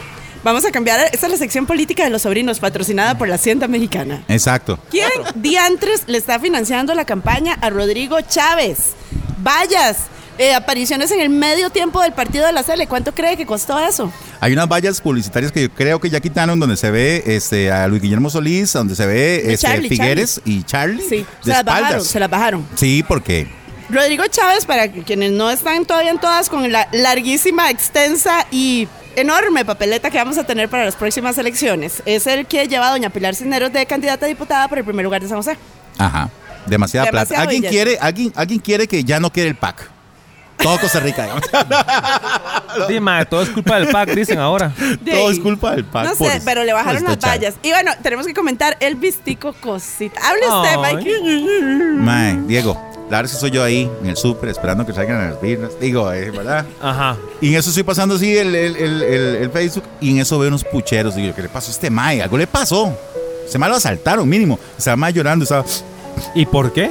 Speaker 4: vamos a cambiar. Esta es la sección política de los sobrinos, patrocinada por la Hacienda Mexicana.
Speaker 2: Exacto.
Speaker 4: ¿Quién diantres le está financiando la campaña a Rodrigo Chávez? Vallas, eh, apariciones en el medio tiempo del partido de la Cele. ¿Cuánto cree que costó eso?
Speaker 2: Hay unas vallas publicitarias que yo creo que ya quitaron donde se ve este, a Luis Guillermo Solís, donde se ve
Speaker 4: Y
Speaker 2: este,
Speaker 4: Charlie,
Speaker 2: Figueres y Charlie
Speaker 4: Sí,
Speaker 2: de
Speaker 4: se las bajaron,
Speaker 2: espaldas.
Speaker 4: se las bajaron.
Speaker 2: Sí, porque
Speaker 4: Rodrigo Chávez, para quienes no están todavía en todas con la larguísima, extensa y enorme papeleta que vamos a tener para las próximas elecciones, es el que lleva a doña Pilar Cisneros de candidata a diputada por el primer lugar de San José.
Speaker 2: Ajá. Demasiada plata.
Speaker 4: Demasiado
Speaker 2: ¿Alguien
Speaker 4: billete.
Speaker 2: quiere, alguien, alguien quiere que ya no quede el pack. Todo Costa Rica. digamos.
Speaker 5: Sí, mae, todo es culpa del pack, dicen ahora.
Speaker 2: Todo es culpa del pack.
Speaker 4: No
Speaker 2: por
Speaker 4: sé, pero le bajaron las
Speaker 2: despachar.
Speaker 4: vallas. Y bueno, tenemos que comentar el vistico cosita. Hable usted,
Speaker 5: Ay.
Speaker 4: Mike.
Speaker 2: Mae, Diego, la verdad es que soy yo ahí en el súper esperando que salgan las birras. Digo, eh, ¿verdad?
Speaker 5: Ajá.
Speaker 2: Y en eso estoy pasando así el, el- el- el- el Facebook y en eso veo unos pucheros. Digo, ¿qué le Este pasó a este Mae? Algo le pasó. Se mae lo asaltaron, mínimo. Estaba Mae llorando, estaba.
Speaker 5: ¿Y por qué?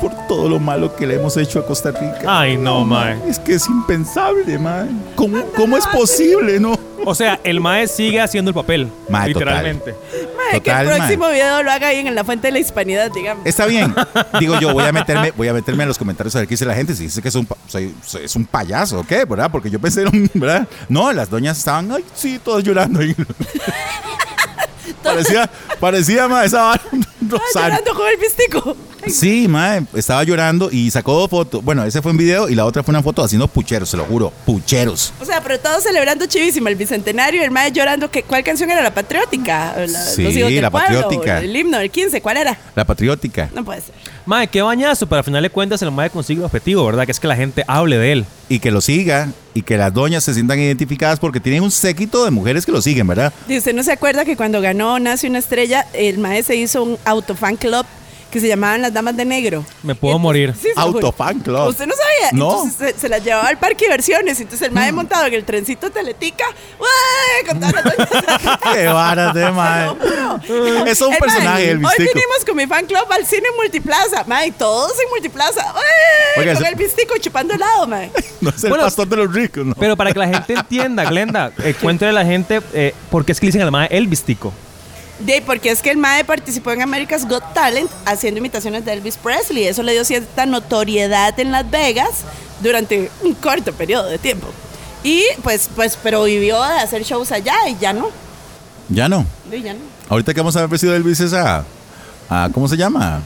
Speaker 2: por todo lo malo que le hemos hecho a Costa Rica.
Speaker 5: Ay, no, mae.
Speaker 2: Es que es impensable, mae. ¿Cómo, cómo es posible, no?
Speaker 5: O sea, el mae sigue haciendo el papel.
Speaker 2: Mae, total.
Speaker 5: literalmente.
Speaker 4: Mae, que
Speaker 2: Total,
Speaker 4: el
Speaker 2: mae.
Speaker 4: próximo video lo haga bien en la fuente de la hispanidad, digamos.
Speaker 2: Está bien. Digo yo, voy a meterme, voy a meterme en los comentarios a ver qué dice la gente. Si dice que es un, pa- soy- soy- es un payaso, ¿o ¿qué? ¿Verdad? Porque yo pensé, en un- ¿verdad? No, las doñas estaban, ay, sí, todas llorando. ahí. parecía, parecía, más esa vara, un
Speaker 4: Estaba
Speaker 2: rosario.
Speaker 4: llorando con el pistico.
Speaker 2: Sí, mae, estaba llorando y sacó dos fotos. Bueno, ese fue un video y la otra fue una foto haciendo pucheros, se lo juro, pucheros.
Speaker 4: O sea, pero todos celebrando chivísimo el bicentenario, el mae llorando. Que, ¿Cuál canción era la patriótica? O La,
Speaker 2: Sí,
Speaker 4: los hijos del
Speaker 2: la
Speaker 4: pueblo,
Speaker 2: patriótica.
Speaker 4: El himno, el 15, ¿cuál era?
Speaker 2: La patriótica.
Speaker 4: No puede ser.
Speaker 5: Mae, qué bañazo, pero al final de cuentas el mae consigue el objetivo, ¿verdad? Que es que la gente hable de él.
Speaker 2: Y que lo siga y que las doñas se sientan identificadas porque tienen un séquito de mujeres que lo siguen, ¿verdad?
Speaker 4: Y usted no se acuerda que cuando ganó Nace una estrella, el mae se hizo un autofan club que se llamaban las damas de negro.
Speaker 5: Me puedo morir.
Speaker 4: Sí, se lo juro.
Speaker 2: Autofan club.
Speaker 4: ¿Usted no sabía?
Speaker 2: No. Mm.
Speaker 4: Entonces se, se la llevaba al parque de diversiones. Entonces el mae montado en el trencito Teletica. ¡Ué! Con todas las doñas.
Speaker 2: Qué varas de mae. Es un
Speaker 4: Eh,
Speaker 2: personaje,
Speaker 4: mae,
Speaker 2: el
Speaker 4: Hoy
Speaker 2: bistico.
Speaker 4: vinimos con mi fan club al cine Multiplaza, mae, todos en Multiplaza. ¡Ué!
Speaker 2: Oiga,
Speaker 4: con
Speaker 2: ese-
Speaker 4: el bistico chupando helado, mae.
Speaker 2: No es el
Speaker 5: Bueno,
Speaker 2: pastor de los ricos, ¿no?
Speaker 5: Pero para que la gente entienda, Glenda, eh, cuéntale a la gente eh, por qué es que le dicen al mae Elvis Tico.
Speaker 4: De ahí, porque es que el mae participó en America's Got Talent haciendo imitaciones de Elvis Presley. Eso le dio cierta notoriedad en Las Vegas durante un corto periodo de tiempo. Y pues, pues, pero vivió de hacer shows allá y ya no.
Speaker 2: Ya no.
Speaker 4: Y ya no.
Speaker 2: Ahorita que vamos a ver vestido del Elvis es a, a- ¿Cómo se llama?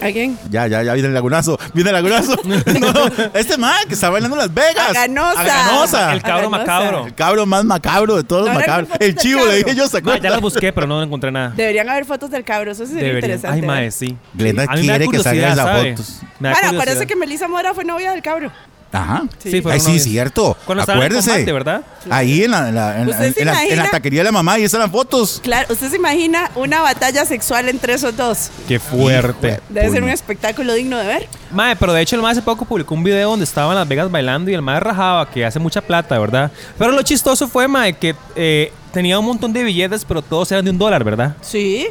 Speaker 4: ¿Alguien?
Speaker 2: Ya, ya, ya viene el lagunazo. Viene el lagunazo. No, no, este mae que está bailando en Las Vegas.
Speaker 4: A Ganosa.
Speaker 2: Ganosa.
Speaker 5: El cabro
Speaker 4: Aganosa.
Speaker 5: macabro.
Speaker 2: El cabro más macabro de todos los
Speaker 4: Ahora
Speaker 2: macabros.
Speaker 4: me
Speaker 2: El
Speaker 4: falta el
Speaker 2: chivo, le dije
Speaker 4: cabro.
Speaker 2: yo, ¿se
Speaker 5: Mae, ya
Speaker 2: acuerdo?
Speaker 5: las busqué, pero no encontré nada.
Speaker 4: Deberían haber fotos del cabro, eso sería
Speaker 5: Deberían.
Speaker 4: interesante.
Speaker 5: Ay, mae,
Speaker 4: ¿verdad?
Speaker 5: sí.
Speaker 2: Glenda
Speaker 5: A mí me da
Speaker 2: quiere que salgan
Speaker 5: curiosidad,
Speaker 2: esas
Speaker 5: ¿sabe?
Speaker 2: fotos.
Speaker 5: Me da
Speaker 4: Bueno,
Speaker 5: curiosidad.
Speaker 4: acuérdese que Melissa Mora fue novia del cabro.
Speaker 2: Ajá.
Speaker 5: Sí, fue
Speaker 2: Ay,
Speaker 5: uno
Speaker 2: sí,
Speaker 5: de-
Speaker 2: cierto.
Speaker 5: Cuando estaba en
Speaker 2: Acuérdese.
Speaker 5: combate, ¿verdad?
Speaker 2: Ahí en la, en la- en la-
Speaker 4: ¿Usted se
Speaker 2: en la- en la
Speaker 4: imagina?
Speaker 2: taquería de la mamá y esas eran fotos.
Speaker 4: Claro, ¿usted se imagina una batalla sexual entre esos dos?
Speaker 5: Qué fuerte.
Speaker 4: Debe ser un
Speaker 2: Puño.
Speaker 4: espectáculo digno de ver.
Speaker 5: Mae, pero de hecho el mae hace poco publicó un video donde estaba en Las Vegas bailando y el mae rajaba, que hace mucha plata, ¿verdad? Pero lo chistoso fue, mae, que eh, tenía un montón de billetes, pero todos eran de un dólar, ¿verdad?
Speaker 4: Sí.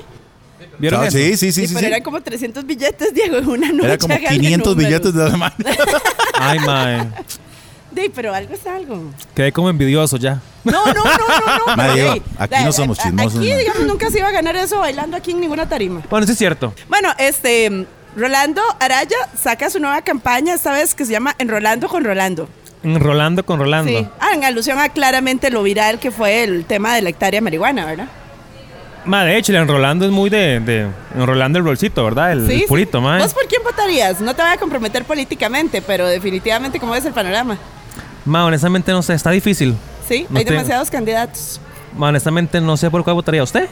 Speaker 5: ¿Vieron
Speaker 2: Ah,
Speaker 5: eso?
Speaker 2: Sí, sí, sí,
Speaker 4: Sí,
Speaker 2: sí.
Speaker 4: pero
Speaker 2: sí.
Speaker 4: eran como 300 billetes, Diego, en una noche.
Speaker 2: Era como
Speaker 4: hágale
Speaker 2: 500
Speaker 4: números.
Speaker 2: billetes de la mano.
Speaker 5: Ay, mae.
Speaker 4: Sí, pero algo es algo.
Speaker 5: Quedé como envidioso ya.
Speaker 4: No, no, no, no, no.
Speaker 2: Ma,
Speaker 4: pero,
Speaker 2: Diego,
Speaker 4: ey,
Speaker 2: aquí
Speaker 4: la-
Speaker 2: no somos
Speaker 4: a- a-
Speaker 2: chismosos,
Speaker 4: Aquí,
Speaker 2: ma.
Speaker 4: digamos, nunca se iba a ganar eso bailando aquí en ninguna tarima.
Speaker 5: Bueno, sí es cierto.
Speaker 4: Bueno, este, mm, Rolando Araya saca su nueva campaña, esta vez que se llama Enrolando con Rolando.
Speaker 5: Enrolando con Rolando.
Speaker 4: Sí. Ah, en alusión a claramente lo viral que fue el tema de la hectárea de marihuana, ¿verdad?
Speaker 5: Ma, de hecho, el enrolando es muy de, de- enrolando el rolcito, ¿verdad? El, el purito, mae.
Speaker 4: ¿Vos por quién votarías? No te voy a comprometer políticamente, pero definitivamente, ¿cómo ves el panorama?
Speaker 5: Ma, honestamente no sé, está difícil.
Speaker 4: Sí,
Speaker 5: No
Speaker 4: hay
Speaker 5: tengo.
Speaker 4: demasiados candidatos.
Speaker 5: Ma, honestamente no sé por cuál votaría usted.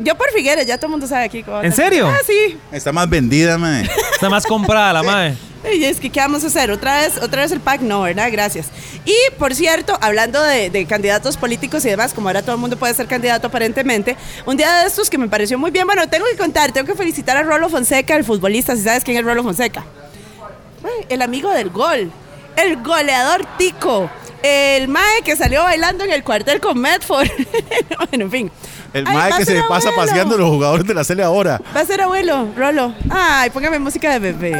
Speaker 4: Yo por Figueres, ya todo el mundo sabe aquí. cómo va a
Speaker 5: ¿En
Speaker 4: estar.
Speaker 5: serio?
Speaker 4: Ah, sí.
Speaker 2: Está más vendida, mae.
Speaker 5: Está más comprada la mae.
Speaker 4: Y es que, ¿qué vamos a hacer? ¿Otra vez, otra vez el PAC? No, ¿verdad? Gracias. Y, por cierto, hablando de, de candidatos políticos y demás, como ahora todo el mundo puede ser candidato aparentemente, un día de estos que me pareció muy bien, bueno, tengo que contar, tengo que felicitar a Rolo Fonseca, el futbolista, si sabes quién es Rolo Fonseca. Ay, El amigo del gol, el goleador tico, el mae que salió bailando en el cuartel con Medford. bueno, en fin.
Speaker 2: El
Speaker 4: Ay,
Speaker 2: mae
Speaker 4: va a
Speaker 2: que
Speaker 4: ser
Speaker 2: se pasa
Speaker 4: abuelo.
Speaker 2: paseando los jugadores de la serie ahora.
Speaker 4: Va a ser abuelo, Rolo. Ay, póngame música de bebé.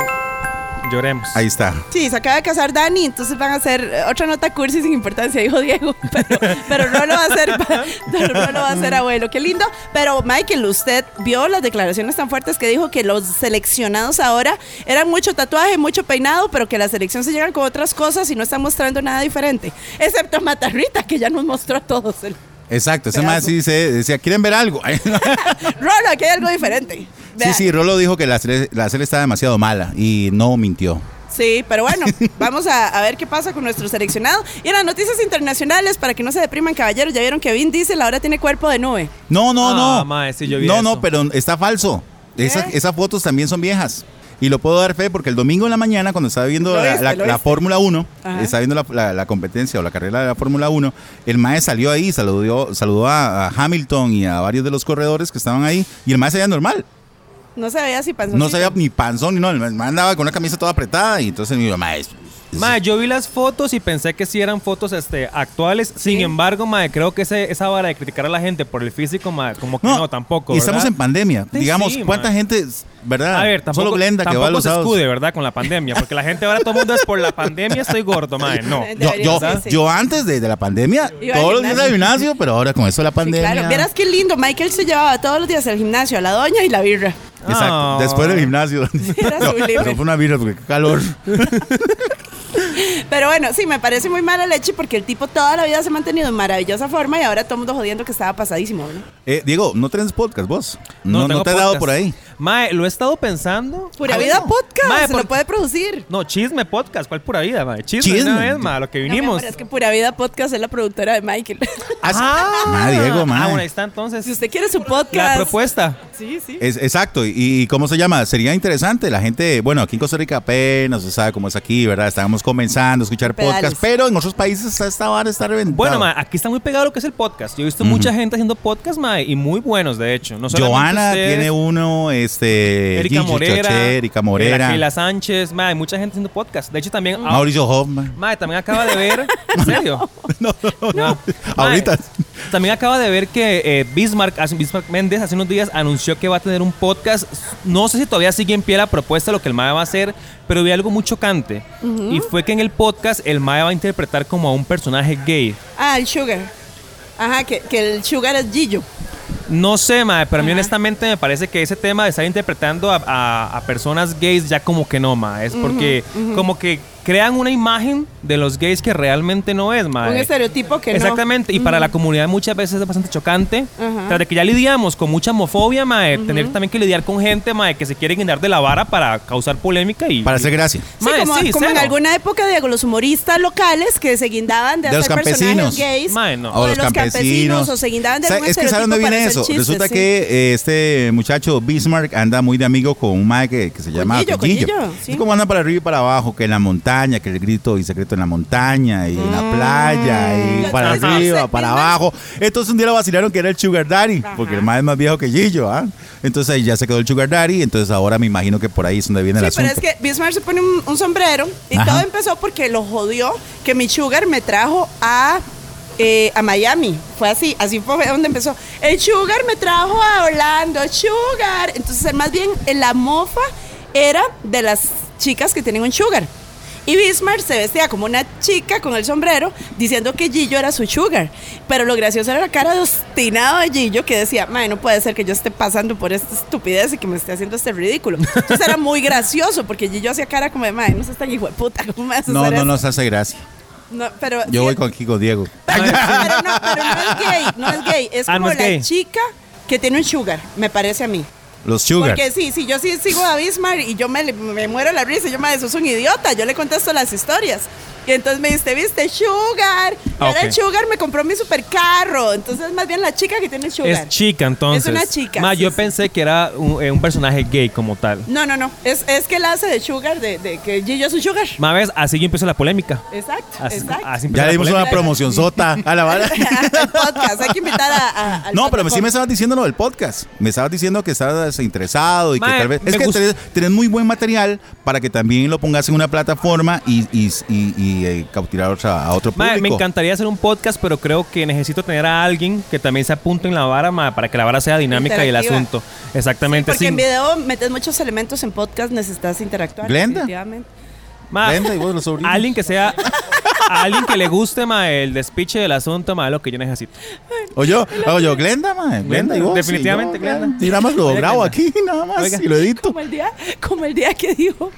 Speaker 5: Lloremos.
Speaker 2: Ahí está.
Speaker 4: Sí, se acaba de casar Dani, entonces van a hacer eh, otra nota cursi sin importancia, dijo Diego. Pero, pero Rolo va a ser, pa- pero Rolo va a ser abuelo. Qué lindo. Pero Michael, usted vio las declaraciones tan fuertes que dijo que los seleccionados ahora eran mucho tatuaje, mucho peinado, pero que la selección se llegan con otras cosas y no están mostrando nada diferente. Excepto Matarrita, que ya nos mostró a todos. El-
Speaker 2: Exacto. Ese
Speaker 4: Pedazo.
Speaker 2: mae sí dice- decía, ¿quieren ver algo?
Speaker 4: Rolo, aquí hay algo diferente.
Speaker 2: sí,
Speaker 4: Vea.
Speaker 2: sí, Rolo dijo que la serie, la serie estaba demasiado mala y no mintió.
Speaker 4: Sí, pero bueno, vamos a, a ver qué pasa con nuestro seleccionado. Y en las noticias internacionales, para que no se depriman, caballeros, ya vieron que Vin Diesel ahora tiene cuerpo de nube.
Speaker 2: No, no,
Speaker 5: Ah,
Speaker 2: no.
Speaker 5: mae, sí, yo vi
Speaker 2: no,
Speaker 5: eso.
Speaker 2: no, pero está falso. Esa-
Speaker 4: ¿Eh?
Speaker 2: esas fotos también son viejas. Y lo puedo dar fe porque el domingo en la mañana, cuando estaba viendo
Speaker 4: Lo
Speaker 2: la,
Speaker 4: viste,
Speaker 2: la-
Speaker 4: lo
Speaker 2: la
Speaker 4: viste.
Speaker 2: Fórmula 1,
Speaker 4: Ajá.
Speaker 2: estaba viendo la, la- la competencia o la carrera de la Fórmula 1, el Mae salió ahí, saludó, saludó a, a Hamilton y a varios de los corredores que estaban ahí. Y el Mae se veía normal.
Speaker 4: No se veía así panzoncito.
Speaker 2: No se veía ni panzón ni no. El Mae andaba con una camisa toda apretada. Y entonces me dijo, Mae,
Speaker 5: Mae, yo vi las fotos y pensé que sí eran fotos este, actuales. Sin embargo, mae, creo que ese- esa vara de criticar a la gente por el físico, mae, como que no, tampoco.
Speaker 2: Y estamos
Speaker 5: ¿verdad?
Speaker 2: en pandemia.
Speaker 5: Sí,
Speaker 2: Digamos,
Speaker 5: sí,
Speaker 2: ¿cuánta
Speaker 5: mae.
Speaker 2: gente, verdad?
Speaker 5: A ver, tampoco,
Speaker 2: Solo Glenda que
Speaker 5: tampoco
Speaker 2: va a los
Speaker 5: se
Speaker 2: sábados.
Speaker 5: escude, ¿verdad? Con la pandemia. Porque la gente ahora todo el mundo es por la pandemia, estoy gordo, mae. No.
Speaker 2: Yo, yo,
Speaker 4: Debería ser,
Speaker 2: yo antes de, de la pandemia,
Speaker 4: Iba al
Speaker 2: todos los días al
Speaker 4: gimnasio.
Speaker 2: gimnasio, pero ahora con eso de la
Speaker 4: Sí,
Speaker 2: pandemia.
Speaker 4: claro, vieras qué lindo. Michael se llevaba todos los días al gimnasio a la doña y la birra.
Speaker 2: Exacto.
Speaker 5: Ah.
Speaker 2: Después del gimnasio.
Speaker 4: Era
Speaker 2: no,
Speaker 4: sublime.
Speaker 2: pero fue una birra porque qué calor.
Speaker 4: Pero bueno, sí, me parece muy mala leche porque el tipo toda la vida se ha mantenido en maravillosa forma y ahora todo el mundo jodiendo que estaba pasadísimo. ¿no?
Speaker 2: Eh, Diego, no tenés podcast vos. No, no,
Speaker 5: tengo
Speaker 2: te he dado
Speaker 5: podcast.
Speaker 2: por ahí.
Speaker 5: Mae, lo he estado pensando.
Speaker 4: Pura
Speaker 5: Ah,
Speaker 4: vida
Speaker 5: no.
Speaker 4: podcast,
Speaker 5: Mae,
Speaker 4: se
Speaker 5: por-
Speaker 4: lo puede producir.
Speaker 5: No, chisme podcast, ¿cuál pura vida, mae? Chisme,
Speaker 2: Chisme.
Speaker 5: una vez, mae, lo que
Speaker 4: No, mi amor,
Speaker 5: vinimos.
Speaker 4: es que Pura Vida Podcast es la productora de Michael.
Speaker 5: Ah,
Speaker 2: Ma, Diego, ma.
Speaker 5: Ah, bueno, ahí está entonces.
Speaker 4: si usted quiere su
Speaker 5: La
Speaker 4: podcast.
Speaker 5: propuesta.
Speaker 4: Sí, sí.
Speaker 2: Es, exacto. Y, y cómo se llama? Sería interesante. La gente, bueno, aquí en Costa Rica apenas se sabe cómo es aquí, ¿verdad? Estábamos comenzando a escuchar
Speaker 4: Pedales.
Speaker 2: podcast, pero en otros países está, esta vara está reventada.
Speaker 5: Bueno, ma, aquí está muy pegado lo que es el podcast. Yo he visto mucha gente haciendo podcast, ma, y muy buenos, de hecho. No solamente
Speaker 2: Joana
Speaker 5: ustedes,
Speaker 2: tiene uno, este.
Speaker 5: Erika
Speaker 2: Gigi
Speaker 5: Morera, eh,
Speaker 2: Choché, Erika
Speaker 5: La
Speaker 2: Morera.
Speaker 5: Keila Sánchez, ma, hay mucha gente haciendo podcast. De hecho, también. ah,
Speaker 2: Mauricio Hoffman.
Speaker 5: ma, también acaba de ver. ¿En serio?
Speaker 2: No, no, no.
Speaker 5: Ma,
Speaker 2: Ahorita.
Speaker 5: También acaba de ver que eh, Bismarck, hace- Bismarck Méndez hace unos días anunció que va a tener un podcast. No sé si todavía sigue en pie la propuesta, lo que el MAE va a hacer, pero vi algo muy chocante. Y fue que en el podcast el MAE va a interpretar como a un personaje gay.
Speaker 4: Ah, el Sugar. Ajá, que, que el Sugar es Gillo.
Speaker 5: No sé, mae, pero a mí honestamente me parece que ese tema de estar interpretando a, a- a personas gays ya como que no, mae. Es porque como que crean una imagen de los gays que realmente no es, mae.
Speaker 4: Un estereotipo que no.
Speaker 5: Exactamente, y para la comunidad muchas veces es bastante chocante.
Speaker 4: Ajá.
Speaker 5: Tras de que ya lidiamos con mucha homofobia, mae, tener también que lidiar con gente, mae, que se quiere guindar de la vara para causar polémica y...
Speaker 2: Para
Speaker 5: y-
Speaker 2: hacer gracia.
Speaker 4: Sí,
Speaker 5: Mae,
Speaker 4: como,
Speaker 5: sí,
Speaker 4: como en
Speaker 5: cero.
Speaker 4: alguna época, Diego, los humoristas locales que se guindaban de,
Speaker 2: De los
Speaker 4: hacer
Speaker 2: campesinos.
Speaker 4: personajes gays.
Speaker 5: Mae, no.
Speaker 4: O, de los campesinos. O se guindaban de
Speaker 2: Sa-
Speaker 4: algún
Speaker 2: Es que ¿sabes
Speaker 4: estereotipo
Speaker 2: dónde
Speaker 4: para
Speaker 2: viene
Speaker 4: hacer
Speaker 2: eso?
Speaker 4: chistes,
Speaker 2: Resulta
Speaker 4: sí.
Speaker 2: que eh, este muchacho Bismarck anda muy de amigo con un mae que, que se llama
Speaker 4: Gillo, con
Speaker 2: Gillo.
Speaker 4: Gillo, sí.
Speaker 2: Es como anda para arriba y para abajo, que en la montaña, que el grito y secreto en la montaña, y en la playa, y
Speaker 4: Ah. Los
Speaker 2: para
Speaker 4: famosos
Speaker 2: arriba,
Speaker 4: Bismarck.
Speaker 2: para abajo. Entonces un día lo vacilaron que era el Sugar Daddy,
Speaker 4: Ajá.
Speaker 2: porque el mae es más viejo que Gillo, ¿ah? Entonces ahí ya se quedó el Sugar Daddy, entonces ahora me imagino que por ahí es donde viene
Speaker 4: Sí,
Speaker 2: el
Speaker 4: pero
Speaker 2: asunto.
Speaker 4: es que Bismarck se pone un, un sombrero y
Speaker 2: Ajá.
Speaker 4: todo empezó porque lo jodió que mi sugar me trajo a, eh, a Miami. Fue así, así fue donde empezó. El sugar me trajo a Orlando, sugar. Entonces, más bien, eh, la mofa era de las chicas que tienen un sugar. Y Bismarck se vestía como una chica con el sombrero diciendo que Gillo era su sugar. Pero lo gracioso era la cara de obstinado de Gillo que decía, "Mae, no puede ser que yo esté pasando por esta estupidez y que me esté haciendo este ridículo. Entonces era muy gracioso porque Gillo hacía cara como de, "Mae, no seas tan hijo de puta, ¿cómo me haces
Speaker 2: No,
Speaker 4: hacer
Speaker 2: no
Speaker 4: eso?"
Speaker 2: nos hace gracia.
Speaker 4: No, pero,
Speaker 2: Yo voy con aquí con Diego.
Speaker 4: pero, pero no, pero no es gay, no es gay. Es
Speaker 5: Ah,
Speaker 4: como
Speaker 5: no es
Speaker 4: la
Speaker 5: gay.
Speaker 4: chica que tiene un sugar, me parece a mí.
Speaker 2: Los Sugar.
Speaker 4: Porque sí, sí, yo sí sigo a Bismarck y yo me, me muero la risa. Yo, madre, sos un idiota. Yo le contesto las historias. Y entonces me dice, viste, Sugar. Y
Speaker 5: Ah,
Speaker 4: ahora
Speaker 5: ok.
Speaker 4: el Sugar me compró mi supercarro. Entonces, más bien la chica que tiene Sugar.
Speaker 5: Es chica, entonces.
Speaker 4: Es una chica,
Speaker 5: Ma,
Speaker 4: sí,
Speaker 5: yo
Speaker 4: sí.
Speaker 5: pensé que era un, eh, un personaje gay como tal.
Speaker 4: No, no, no. Es, es que la hace de Sugar, de, de que Gillo es un Sugar.
Speaker 5: Ma, ves, así yo empiezo la polémica.
Speaker 4: Exacto,
Speaker 5: Así,
Speaker 4: exacto.
Speaker 5: así empezó
Speaker 2: Ya
Speaker 5: la
Speaker 2: le dimos
Speaker 5: polémica.
Speaker 2: una promoción sota a la vara.
Speaker 4: El podcast, hay que invitar a. a- al
Speaker 2: No, pero sí me
Speaker 4: podcast.
Speaker 2: estabas diciendo lo del podcast. Me estabas diciendo que estabas interesado y
Speaker 5: Mae,
Speaker 2: que tal vez.
Speaker 5: me
Speaker 2: Es que
Speaker 5: gusta-
Speaker 2: tenés, tenés muy buen material para que también lo pongas en una plataforma y, y, y- y, eh, cautivar a otra- a otro público.
Speaker 5: Mae, me encantaría hacer un podcast, pero creo que necesito tener a alguien que también se apunte en la vara mae, para que la vara sea dinámica y el
Speaker 4: Interactiva.
Speaker 5: asunto. Exactamente.
Speaker 4: Porque
Speaker 5: sí.
Speaker 4: en video metes muchos elementos en podcast, necesitas interactuar.
Speaker 2: Glenda.
Speaker 4: definitivamente.
Speaker 5: Ma,
Speaker 2: Brenda, y vos, los sobrinos.
Speaker 5: alguien que sea, a alguien que le guste ma, el despiche del asunto, ma, es lo que yo necesito.
Speaker 2: O yo, o yo, Glenda, mae, Glenda, y vos.
Speaker 5: Definitivamente,
Speaker 2: y yo, mae,
Speaker 5: Glenda.
Speaker 2: Y nada más lo
Speaker 5: Oiga,
Speaker 2: grabo
Speaker 5: Glenda.
Speaker 2: aquí, nada más,
Speaker 5: Oiga.
Speaker 2: y lo edito.
Speaker 4: Como el día, como el día que dijo.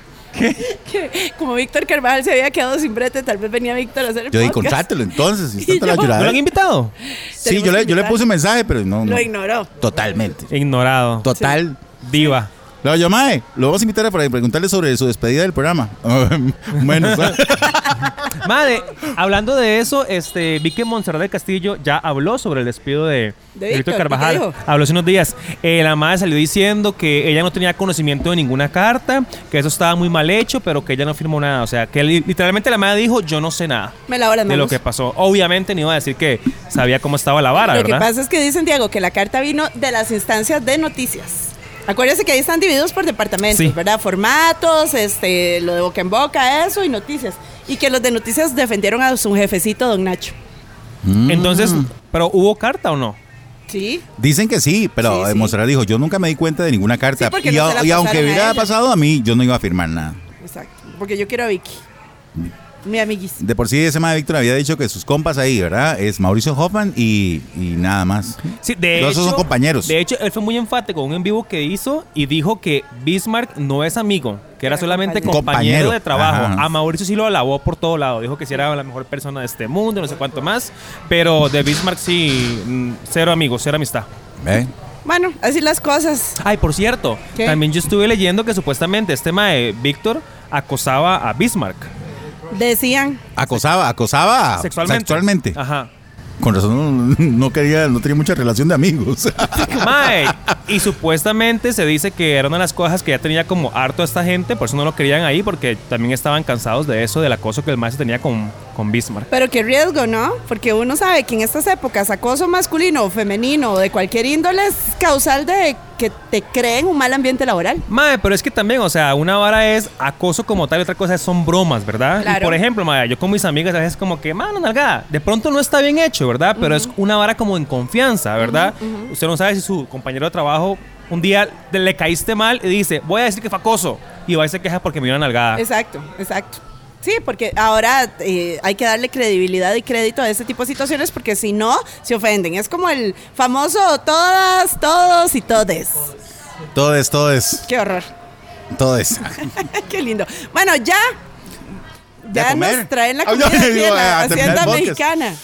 Speaker 4: Que como Víctor Carvajal se había quedado sin brete, tal vez venía Víctor a hacer el
Speaker 2: Yo di,
Speaker 4: podcast.
Speaker 2: contrátelo entonces, si
Speaker 4: Y
Speaker 2: tanto la
Speaker 4: yo-
Speaker 5: ¿No
Speaker 2: llorada.
Speaker 5: lo han invitado?
Speaker 2: Sí, yo le, yo le puse mensaje, pero no.
Speaker 4: Lo
Speaker 2: no.
Speaker 4: ignoró.
Speaker 2: Totalmente.
Speaker 5: Ignorado.
Speaker 2: Total.
Speaker 5: Diva.
Speaker 2: Lo yo, mae, lo vamos a invitar a- para preguntarle sobre su despedida del programa. bueno, ¿sabes?
Speaker 5: Madre, hablando de eso, este, vi que Montserrat del Castillo ya habló sobre el despido de, de
Speaker 4: De
Speaker 5: Víctor
Speaker 4: Víctor, ¿qué
Speaker 5: Carvajal.
Speaker 4: dijo?
Speaker 5: Habló hace unos días. Eh, la madre salió diciendo que ella no tenía conocimiento de ninguna carta, que eso estaba muy mal hecho, pero que ella no firmó nada. O sea, que li- literalmente la madre dijo, yo no sé nada.
Speaker 4: Me lavo las
Speaker 5: de lo
Speaker 4: manos.
Speaker 5: que pasó. Obviamente no iba a decir que sabía cómo estaba la vara,
Speaker 4: Lo que
Speaker 5: ¿verdad?
Speaker 4: pasa es que dicen, Diego, que la carta vino de las instancias de noticias. Acuérdense que ahí están divididos por departamentos,
Speaker 5: Sí.
Speaker 4: ¿verdad? Formatos, este, lo de boca en boca, eso y noticias. y que los de noticias defendieron a su jefecito, don Nacho.
Speaker 5: Entonces, ¿pero hubo carta o no?
Speaker 4: Sí.
Speaker 2: Dicen que sí, pero
Speaker 4: Sí, sí.
Speaker 2: Montserrat dijo, yo nunca me di cuenta de ninguna carta.
Speaker 4: Sí, porque
Speaker 2: y,
Speaker 4: no
Speaker 2: a-
Speaker 4: se la
Speaker 2: y aunque
Speaker 4: pasaron a
Speaker 2: hubiera
Speaker 4: ella.
Speaker 2: pasado a mí, yo no iba a firmar nada.
Speaker 4: Exacto. Porque yo quiero a Vicky. Mi amiguis.
Speaker 2: De por sí, ese de Víctor había dicho que sus compas ahí, ¿verdad? Es Mauricio Hoffman y, y nada más.
Speaker 5: Sí, de
Speaker 2: Todos esos
Speaker 5: hecho-
Speaker 2: son compañeros.
Speaker 5: De hecho, él fue muy enfático en un en vivo que hizo y dijo que Bismarck no es amigo, que era
Speaker 4: Era
Speaker 5: solamente
Speaker 4: compañero.
Speaker 5: compañero,
Speaker 2: Compañero,
Speaker 5: de trabajo.
Speaker 2: ajá.
Speaker 5: A Mauricio sí lo alabó por todo lado, dijo que sí era la mejor persona de este mundo, no sé cuánto más, pero de Bismarck sí, mm, cero amigos, cero amistad.
Speaker 2: ¿Eh?
Speaker 4: Bueno, así las cosas.
Speaker 5: Ay, por cierto,
Speaker 4: ¿Qué?
Speaker 5: también yo estuve leyendo que supuestamente este tema de Víctor acosaba a Bismarck
Speaker 4: Decían.
Speaker 2: Acosaba, acosaba
Speaker 5: sexualmente.
Speaker 2: Ah,
Speaker 5: Ah.
Speaker 2: sexualmente.
Speaker 5: Ajá.
Speaker 2: Con razón no, no quería, no tenía mucha relación de amigos.
Speaker 5: Mae, y supuestamente se dice que era una de las cosas que ya tenía como harto a esta gente, por eso no lo querían ahí, porque también estaban cansados de eso, del acoso que el maestro tenía con, con Bismarck.
Speaker 4: Pero qué riesgo, ¿no? Porque uno sabe que en estas épocas acoso masculino o femenino o de cualquier índole es causal de que te creen un mal ambiente laboral.
Speaker 5: Mae, pero es que también, o sea, una vara es acoso como tal y otra cosa son bromas, ¿verdad? Y,
Speaker 4: Claro.
Speaker 5: por ejemplo, mae, yo con mis amigas a veces como que, mano, nalgada, de pronto no está bien hecho, ¿verdad? Pero es una vara como en confianza, ¿verdad? Usted no sabe si su compañero de trabajo un día te- le caíste mal y dice, voy a decir que fue acoso. Y va y se queja porque me dio una nalgada.
Speaker 4: Exacto, exacto. Sí, porque ahora eh, hay que darle credibilidad y crédito a este tipo de situaciones porque si no, se ofenden. Es como el famoso todas, todos y todes.
Speaker 2: todo es, todo es,
Speaker 4: Qué horror.
Speaker 2: todo es.
Speaker 4: Qué lindo. Bueno, ya.
Speaker 2: ¿Ya
Speaker 4: Ya
Speaker 2: comer?
Speaker 4: nos traen la
Speaker 2: Ah, ya,
Speaker 4: comida aquí en
Speaker 2: digo,
Speaker 4: la
Speaker 2: a terminar el
Speaker 4: hacienda
Speaker 2: podcast.
Speaker 4: mexicana.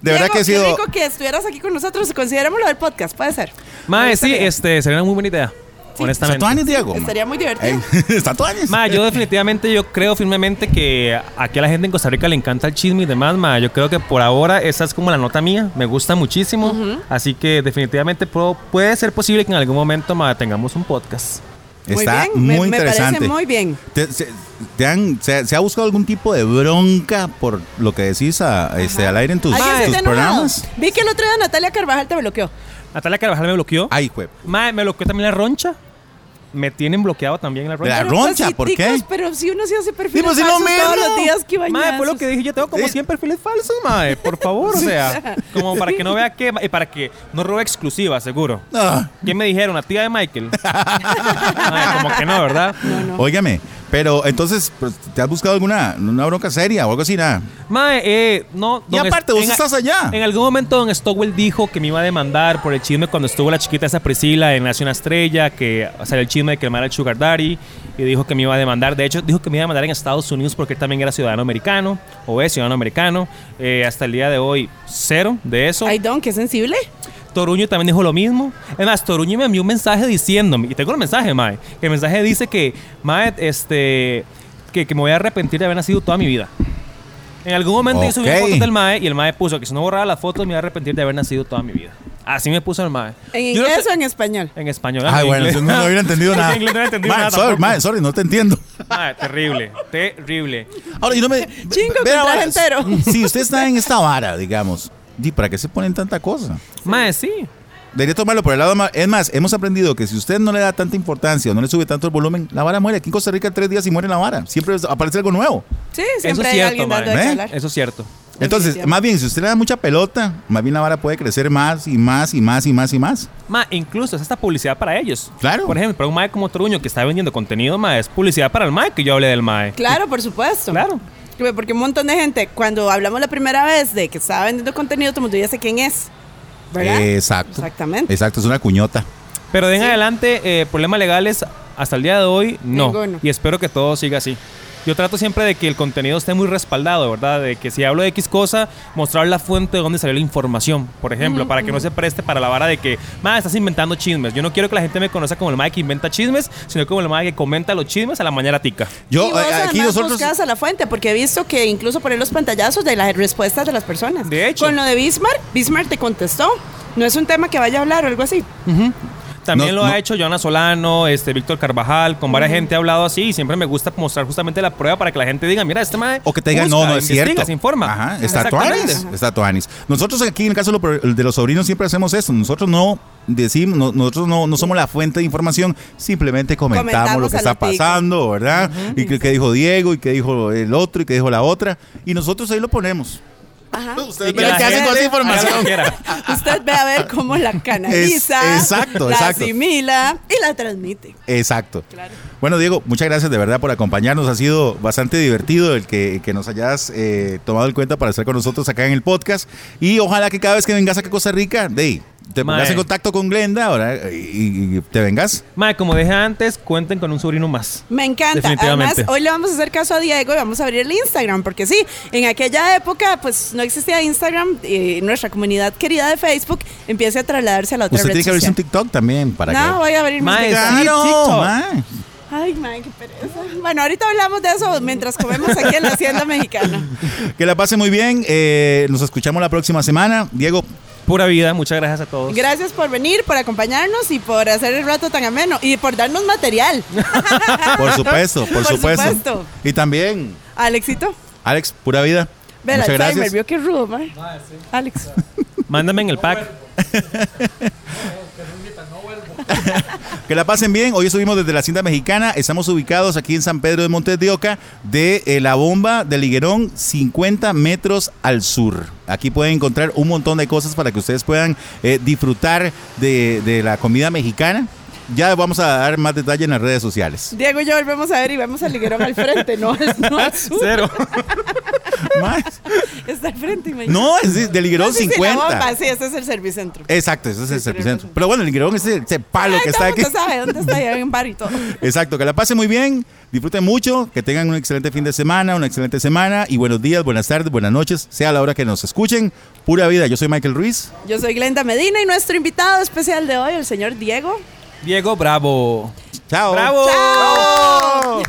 Speaker 2: De verdad
Speaker 4: Diego,
Speaker 2: que he
Speaker 4: Qué
Speaker 2: sido...
Speaker 4: rico que estuvieras aquí con nosotros. Considerémoslo del podcast, puede ser. Me
Speaker 5: Mae, sí,
Speaker 4: gustaría.
Speaker 5: este, sería una muy buena idea. Honestamente.
Speaker 2: ¿Estatuanes, Diego?
Speaker 4: Estaría muy divertido.
Speaker 2: ¿Estatuanes?
Speaker 5: Ma, yo definitivamente yo creo firmemente que aquí a la gente en Costa Rica le encanta el chisme y demás, ma. Yo creo que por ahora esa es como la nota mía, me gusta muchísimo, así que definitivamente puedo- puede ser posible que en algún momento ma, tengamos un podcast.
Speaker 2: Está
Speaker 4: bien, me-
Speaker 2: muy
Speaker 4: me parece
Speaker 2: interesante.
Speaker 4: muy bien.
Speaker 2: ¿Te- se, te han- se- se ha buscado algún tipo de bronca por lo que decís a- este, al aire en tus,
Speaker 4: ¿Alguien
Speaker 2: tus
Speaker 4: se te ha enojado?
Speaker 2: programas?
Speaker 4: Vi que el otro día Natalia Carvajal te bloqueó.
Speaker 5: Natalia Carvajal me bloqueó.
Speaker 2: Ay, jue-
Speaker 5: Ma, me bloqueó también la roncha. Me tienen bloqueado también la
Speaker 2: La
Speaker 5: roncha.
Speaker 4: Pero
Speaker 2: roncha,
Speaker 4: así,
Speaker 2: ¿por qué?
Speaker 4: ticos, Pero si uno se hace perfil
Speaker 2: Digo, si lo
Speaker 4: todos
Speaker 2: mismo.
Speaker 4: los días que bañazos.
Speaker 5: Madre, fue lo que dije, yo tengo como
Speaker 2: Sí.
Speaker 5: 100 perfiles falsos, madre, por favor, o sea, como para que no vea que, y para que no robe exclusiva, seguro.
Speaker 2: Ah.
Speaker 5: ¿Quién me dijeron? ¿La tía de Michael? Madre, como que no, ¿verdad?
Speaker 2: Óigame, pero entonces, pues, ¿te has buscado alguna una bronca seria o algo así? Nada.
Speaker 5: Mae, eh, no.
Speaker 2: Y
Speaker 5: don
Speaker 2: aparte,
Speaker 5: Est-
Speaker 2: vos
Speaker 5: en a-
Speaker 2: estás allá.
Speaker 5: En algún momento, Don Stowell dijo que me iba a demandar por el chisme cuando estuvo la chiquita esa Priscila en Nación Estrella, que o sea, el chisme de que el man era el Sugar Daddy, y dijo que me iba a demandar. De hecho, dijo que me iba a demandar en Estados Unidos porque él también era ciudadano americano, o es ciudadano americano. Eh, hasta el día de hoy, cero de eso.
Speaker 4: Ay, Don, qué sensible.
Speaker 5: Toruño también dijo lo mismo. Es más, Toruño me envió un mensaje diciéndome, y tengo el mensaje, Mae, que el mensaje dice que, Mae, este, que, que me voy a arrepentir de haber nacido toda mi vida. En algún momento yo subí
Speaker 2: Ok.
Speaker 5: fotos del Mae y el Mae puso que si no borraba las fotos me iba a arrepentir de haber nacido toda mi vida. Así me puso el Mae.
Speaker 4: ¿En
Speaker 5: Yo no
Speaker 4: inglés
Speaker 5: sé-
Speaker 4: o en español?
Speaker 5: en español.
Speaker 2: Ay,
Speaker 5: en
Speaker 2: bueno,
Speaker 5: inglés.
Speaker 2: yo no, no hubiera entendido
Speaker 5: En
Speaker 2: nada.
Speaker 5: inglés no hubiera entendido
Speaker 2: Mae,
Speaker 5: nada
Speaker 2: Sorry,
Speaker 5: tampoco.
Speaker 2: mae, sorry, no te entiendo.
Speaker 5: Mae, terrible, terrible.
Speaker 2: Ahora, yo no me.
Speaker 4: Chingo
Speaker 2: Vea,
Speaker 4: contra
Speaker 2: ahora,
Speaker 4: entero.
Speaker 2: Si usted está en esta vara, digamos, ¿y para qué se ponen tanta cosa?
Speaker 5: Mae, sí.
Speaker 2: Debería tomarlo por el lado más. Es más, hemos aprendido que si usted no le da tanta importancia o no le sube tanto el volumen, la vara muere. Aquí en Costa Rica tres días y muere la vara. Siempre aparece algo nuevo.
Speaker 4: Sí,
Speaker 5: Eso
Speaker 4: siempre
Speaker 5: es
Speaker 4: hay
Speaker 5: cierto,
Speaker 4: alguien dando
Speaker 5: Mae.
Speaker 4: de qué
Speaker 2: ¿Eh?
Speaker 4: hablar.
Speaker 5: Eso es cierto.
Speaker 2: Entonces,
Speaker 4: Definitivamente.
Speaker 2: más bien, si usted le da mucha pelota, más bien la vara puede crecer más y más y más y más y más.
Speaker 5: Ma, incluso es hasta publicidad para ellos.
Speaker 2: Claro.
Speaker 5: Por ejemplo, para un mae como Truño que está vendiendo contenido, ma, es publicidad para el mae que yo hablé del mae.
Speaker 4: Claro, por supuesto.
Speaker 5: Claro.
Speaker 4: Porque un montón de gente, cuando hablamos la primera vez de que estaba vendiendo contenido, todo el mundo ya sé quién es. ¿Verdad?
Speaker 2: Exacto.
Speaker 4: Exactamente.
Speaker 2: Exacto, es una cuñota.
Speaker 5: Pero de en adelante, eh, problemas legales hasta el día de hoy, no.
Speaker 4: Ninguno.
Speaker 5: Y espero que todo siga así. Yo trato siempre de que el contenido esté muy respaldado, ¿verdad? De que si hablo de X cosa, mostrar la fuente de donde salió la información, por ejemplo, para que no se preste para la vara de que, ma, estás inventando chismes. Yo no quiero que la gente me conozca como el mae que inventa chismes, sino como el mae que comenta los chismes a la mañana tica.
Speaker 4: y
Speaker 2: Yo,
Speaker 4: vos
Speaker 2: eh, aquí
Speaker 4: además
Speaker 2: nosotros.
Speaker 4: buscas a la fuente, porque he visto que incluso ponen los pantallazos de las respuestas de las personas.
Speaker 5: De hecho.
Speaker 4: Con lo de Bismarck, Bismarck te contestó. No es un tema que vaya a hablar o algo así.
Speaker 5: También
Speaker 2: No,
Speaker 5: lo
Speaker 2: no.
Speaker 5: ha hecho Joana Solano, este Víctor Carvajal, con varias gente ha hablado así y siempre me gusta mostrar justamente la prueba para que la gente diga, mira, este mae
Speaker 2: O que te digan,
Speaker 5: busca,
Speaker 2: no, no es
Speaker 5: investiga,
Speaker 2: cierto.
Speaker 5: se informa.
Speaker 2: Ajá, está
Speaker 5: Exactamente.
Speaker 2: Tuanis. Está Tuanis. Nosotros aquí, en el caso de lo- de los sobrinos, siempre hacemos esto. Nosotros no decimos, no- nosotros no, no somos la fuente de información, simplemente comentamos,
Speaker 4: Comentamos
Speaker 2: lo que
Speaker 4: a
Speaker 2: está
Speaker 4: lo tico.
Speaker 2: pasando, ¿verdad? Y que, que dijo Diego, y que dijo el otro, y que dijo la otra. Y nosotros ahí lo ponemos.
Speaker 4: Ajá.
Speaker 2: Ustedes
Speaker 5: Y
Speaker 2: ven lo
Speaker 5: la
Speaker 2: que hacen con esa
Speaker 5: gente haga lo
Speaker 2: información.
Speaker 5: que quiera.
Speaker 4: Ah, Usted ve a ver cómo la canaliza,
Speaker 2: Es- exacto,
Speaker 4: la
Speaker 2: exacto.
Speaker 4: asimila y la transmite.
Speaker 2: Exacto. Bueno, Diego, muchas gracias de verdad por acompañarnos. Ha sido bastante divertido el que, que nos hayas eh, tomado en cuenta para estar con nosotros acá en el podcast. Y ojalá que cada vez que vengas acá a Costa Rica, Dey, te
Speaker 5: Mae.
Speaker 2: pongas en contacto con Glenda ahora y, y te vengas.
Speaker 5: Mae, como dije antes, cuenten con un sobrino más.
Speaker 4: Me encanta. Además,
Speaker 5: Definitivamente.
Speaker 4: hoy le vamos a hacer caso a Diego y vamos a abrir el Instagram, porque sí, en aquella época pues no existía Instagram y nuestra comunidad querida de Facebook empieza a trasladarse a la otra
Speaker 2: Usted
Speaker 4: red
Speaker 2: tiene que abrirse un
Speaker 4: social.
Speaker 2: TikTok también para
Speaker 4: No,
Speaker 2: que...
Speaker 4: voy a abrir mi
Speaker 5: Mae,
Speaker 4: Instagram.
Speaker 5: sí, TikTok.
Speaker 2: mae.
Speaker 4: Ay, man, qué pereza. Bueno, ahorita hablamos de eso mientras comemos aquí en la hacienda mexicana.
Speaker 2: Que la pase muy bien. Eh, nos escuchamos la próxima semana. Diego,
Speaker 5: Pura vida, muchas gracias a todos.
Speaker 4: Gracias por venir, por acompañarnos y por hacer el rato tan ameno y por darnos material.
Speaker 2: por supuesto, por,
Speaker 4: Por
Speaker 2: supuesto.
Speaker 4: supuesto.
Speaker 2: Y también,
Speaker 4: Alexito,
Speaker 2: Alex, pura vida.
Speaker 4: ve el
Speaker 2: muchas
Speaker 4: Alzheimer,
Speaker 2: gracias.
Speaker 4: vio qué rudo, man. Alex.
Speaker 5: Mándame en el pack.
Speaker 2: Que la pasen bien. Hoy estuvimos desde la cinta mexicana. Estamos ubicados aquí en San Pedro de Montes de Oca, de eh, la bomba del Higuerón, 50 metros al sur. Aquí pueden encontrar un montón de cosas para que ustedes puedan eh, disfrutar de, de la comida mexicana. Ya vamos a dar más detalle en las redes sociales.
Speaker 4: Diego y yo volvemos a ver y vemos al liguerón al frente, no, es, no al sur.
Speaker 5: Cero.
Speaker 2: Más.
Speaker 4: Está al frente, imagínate.
Speaker 2: No, es de- del Higuerón
Speaker 4: No, sí, sí, la
Speaker 2: 50.
Speaker 4: bomba, sí, este es el servicentro.
Speaker 2: Exacto, ese es el servicentro. Pero bueno, el Higuerón es ese palo
Speaker 4: Ay,
Speaker 2: que
Speaker 4: todo
Speaker 2: está
Speaker 4: el
Speaker 2: aquí.
Speaker 4: mundo sabe dónde está, ya hay un bar y todo.
Speaker 2: Exacto, que la pasen muy bien, disfruten mucho, que tengan un excelente fin de semana, una excelente semana y buenos días, buenas tardes, buenas noches, sea la hora que nos escuchen. Pura vida, yo soy Michael Ruiz.
Speaker 4: Yo soy Glenda Medina y nuestro invitado especial de hoy, el señor Diego.
Speaker 5: Diego Bravo.
Speaker 2: Chao.
Speaker 5: Bravo.
Speaker 4: ¡Chao!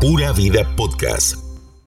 Speaker 1: Pura Vida Podcast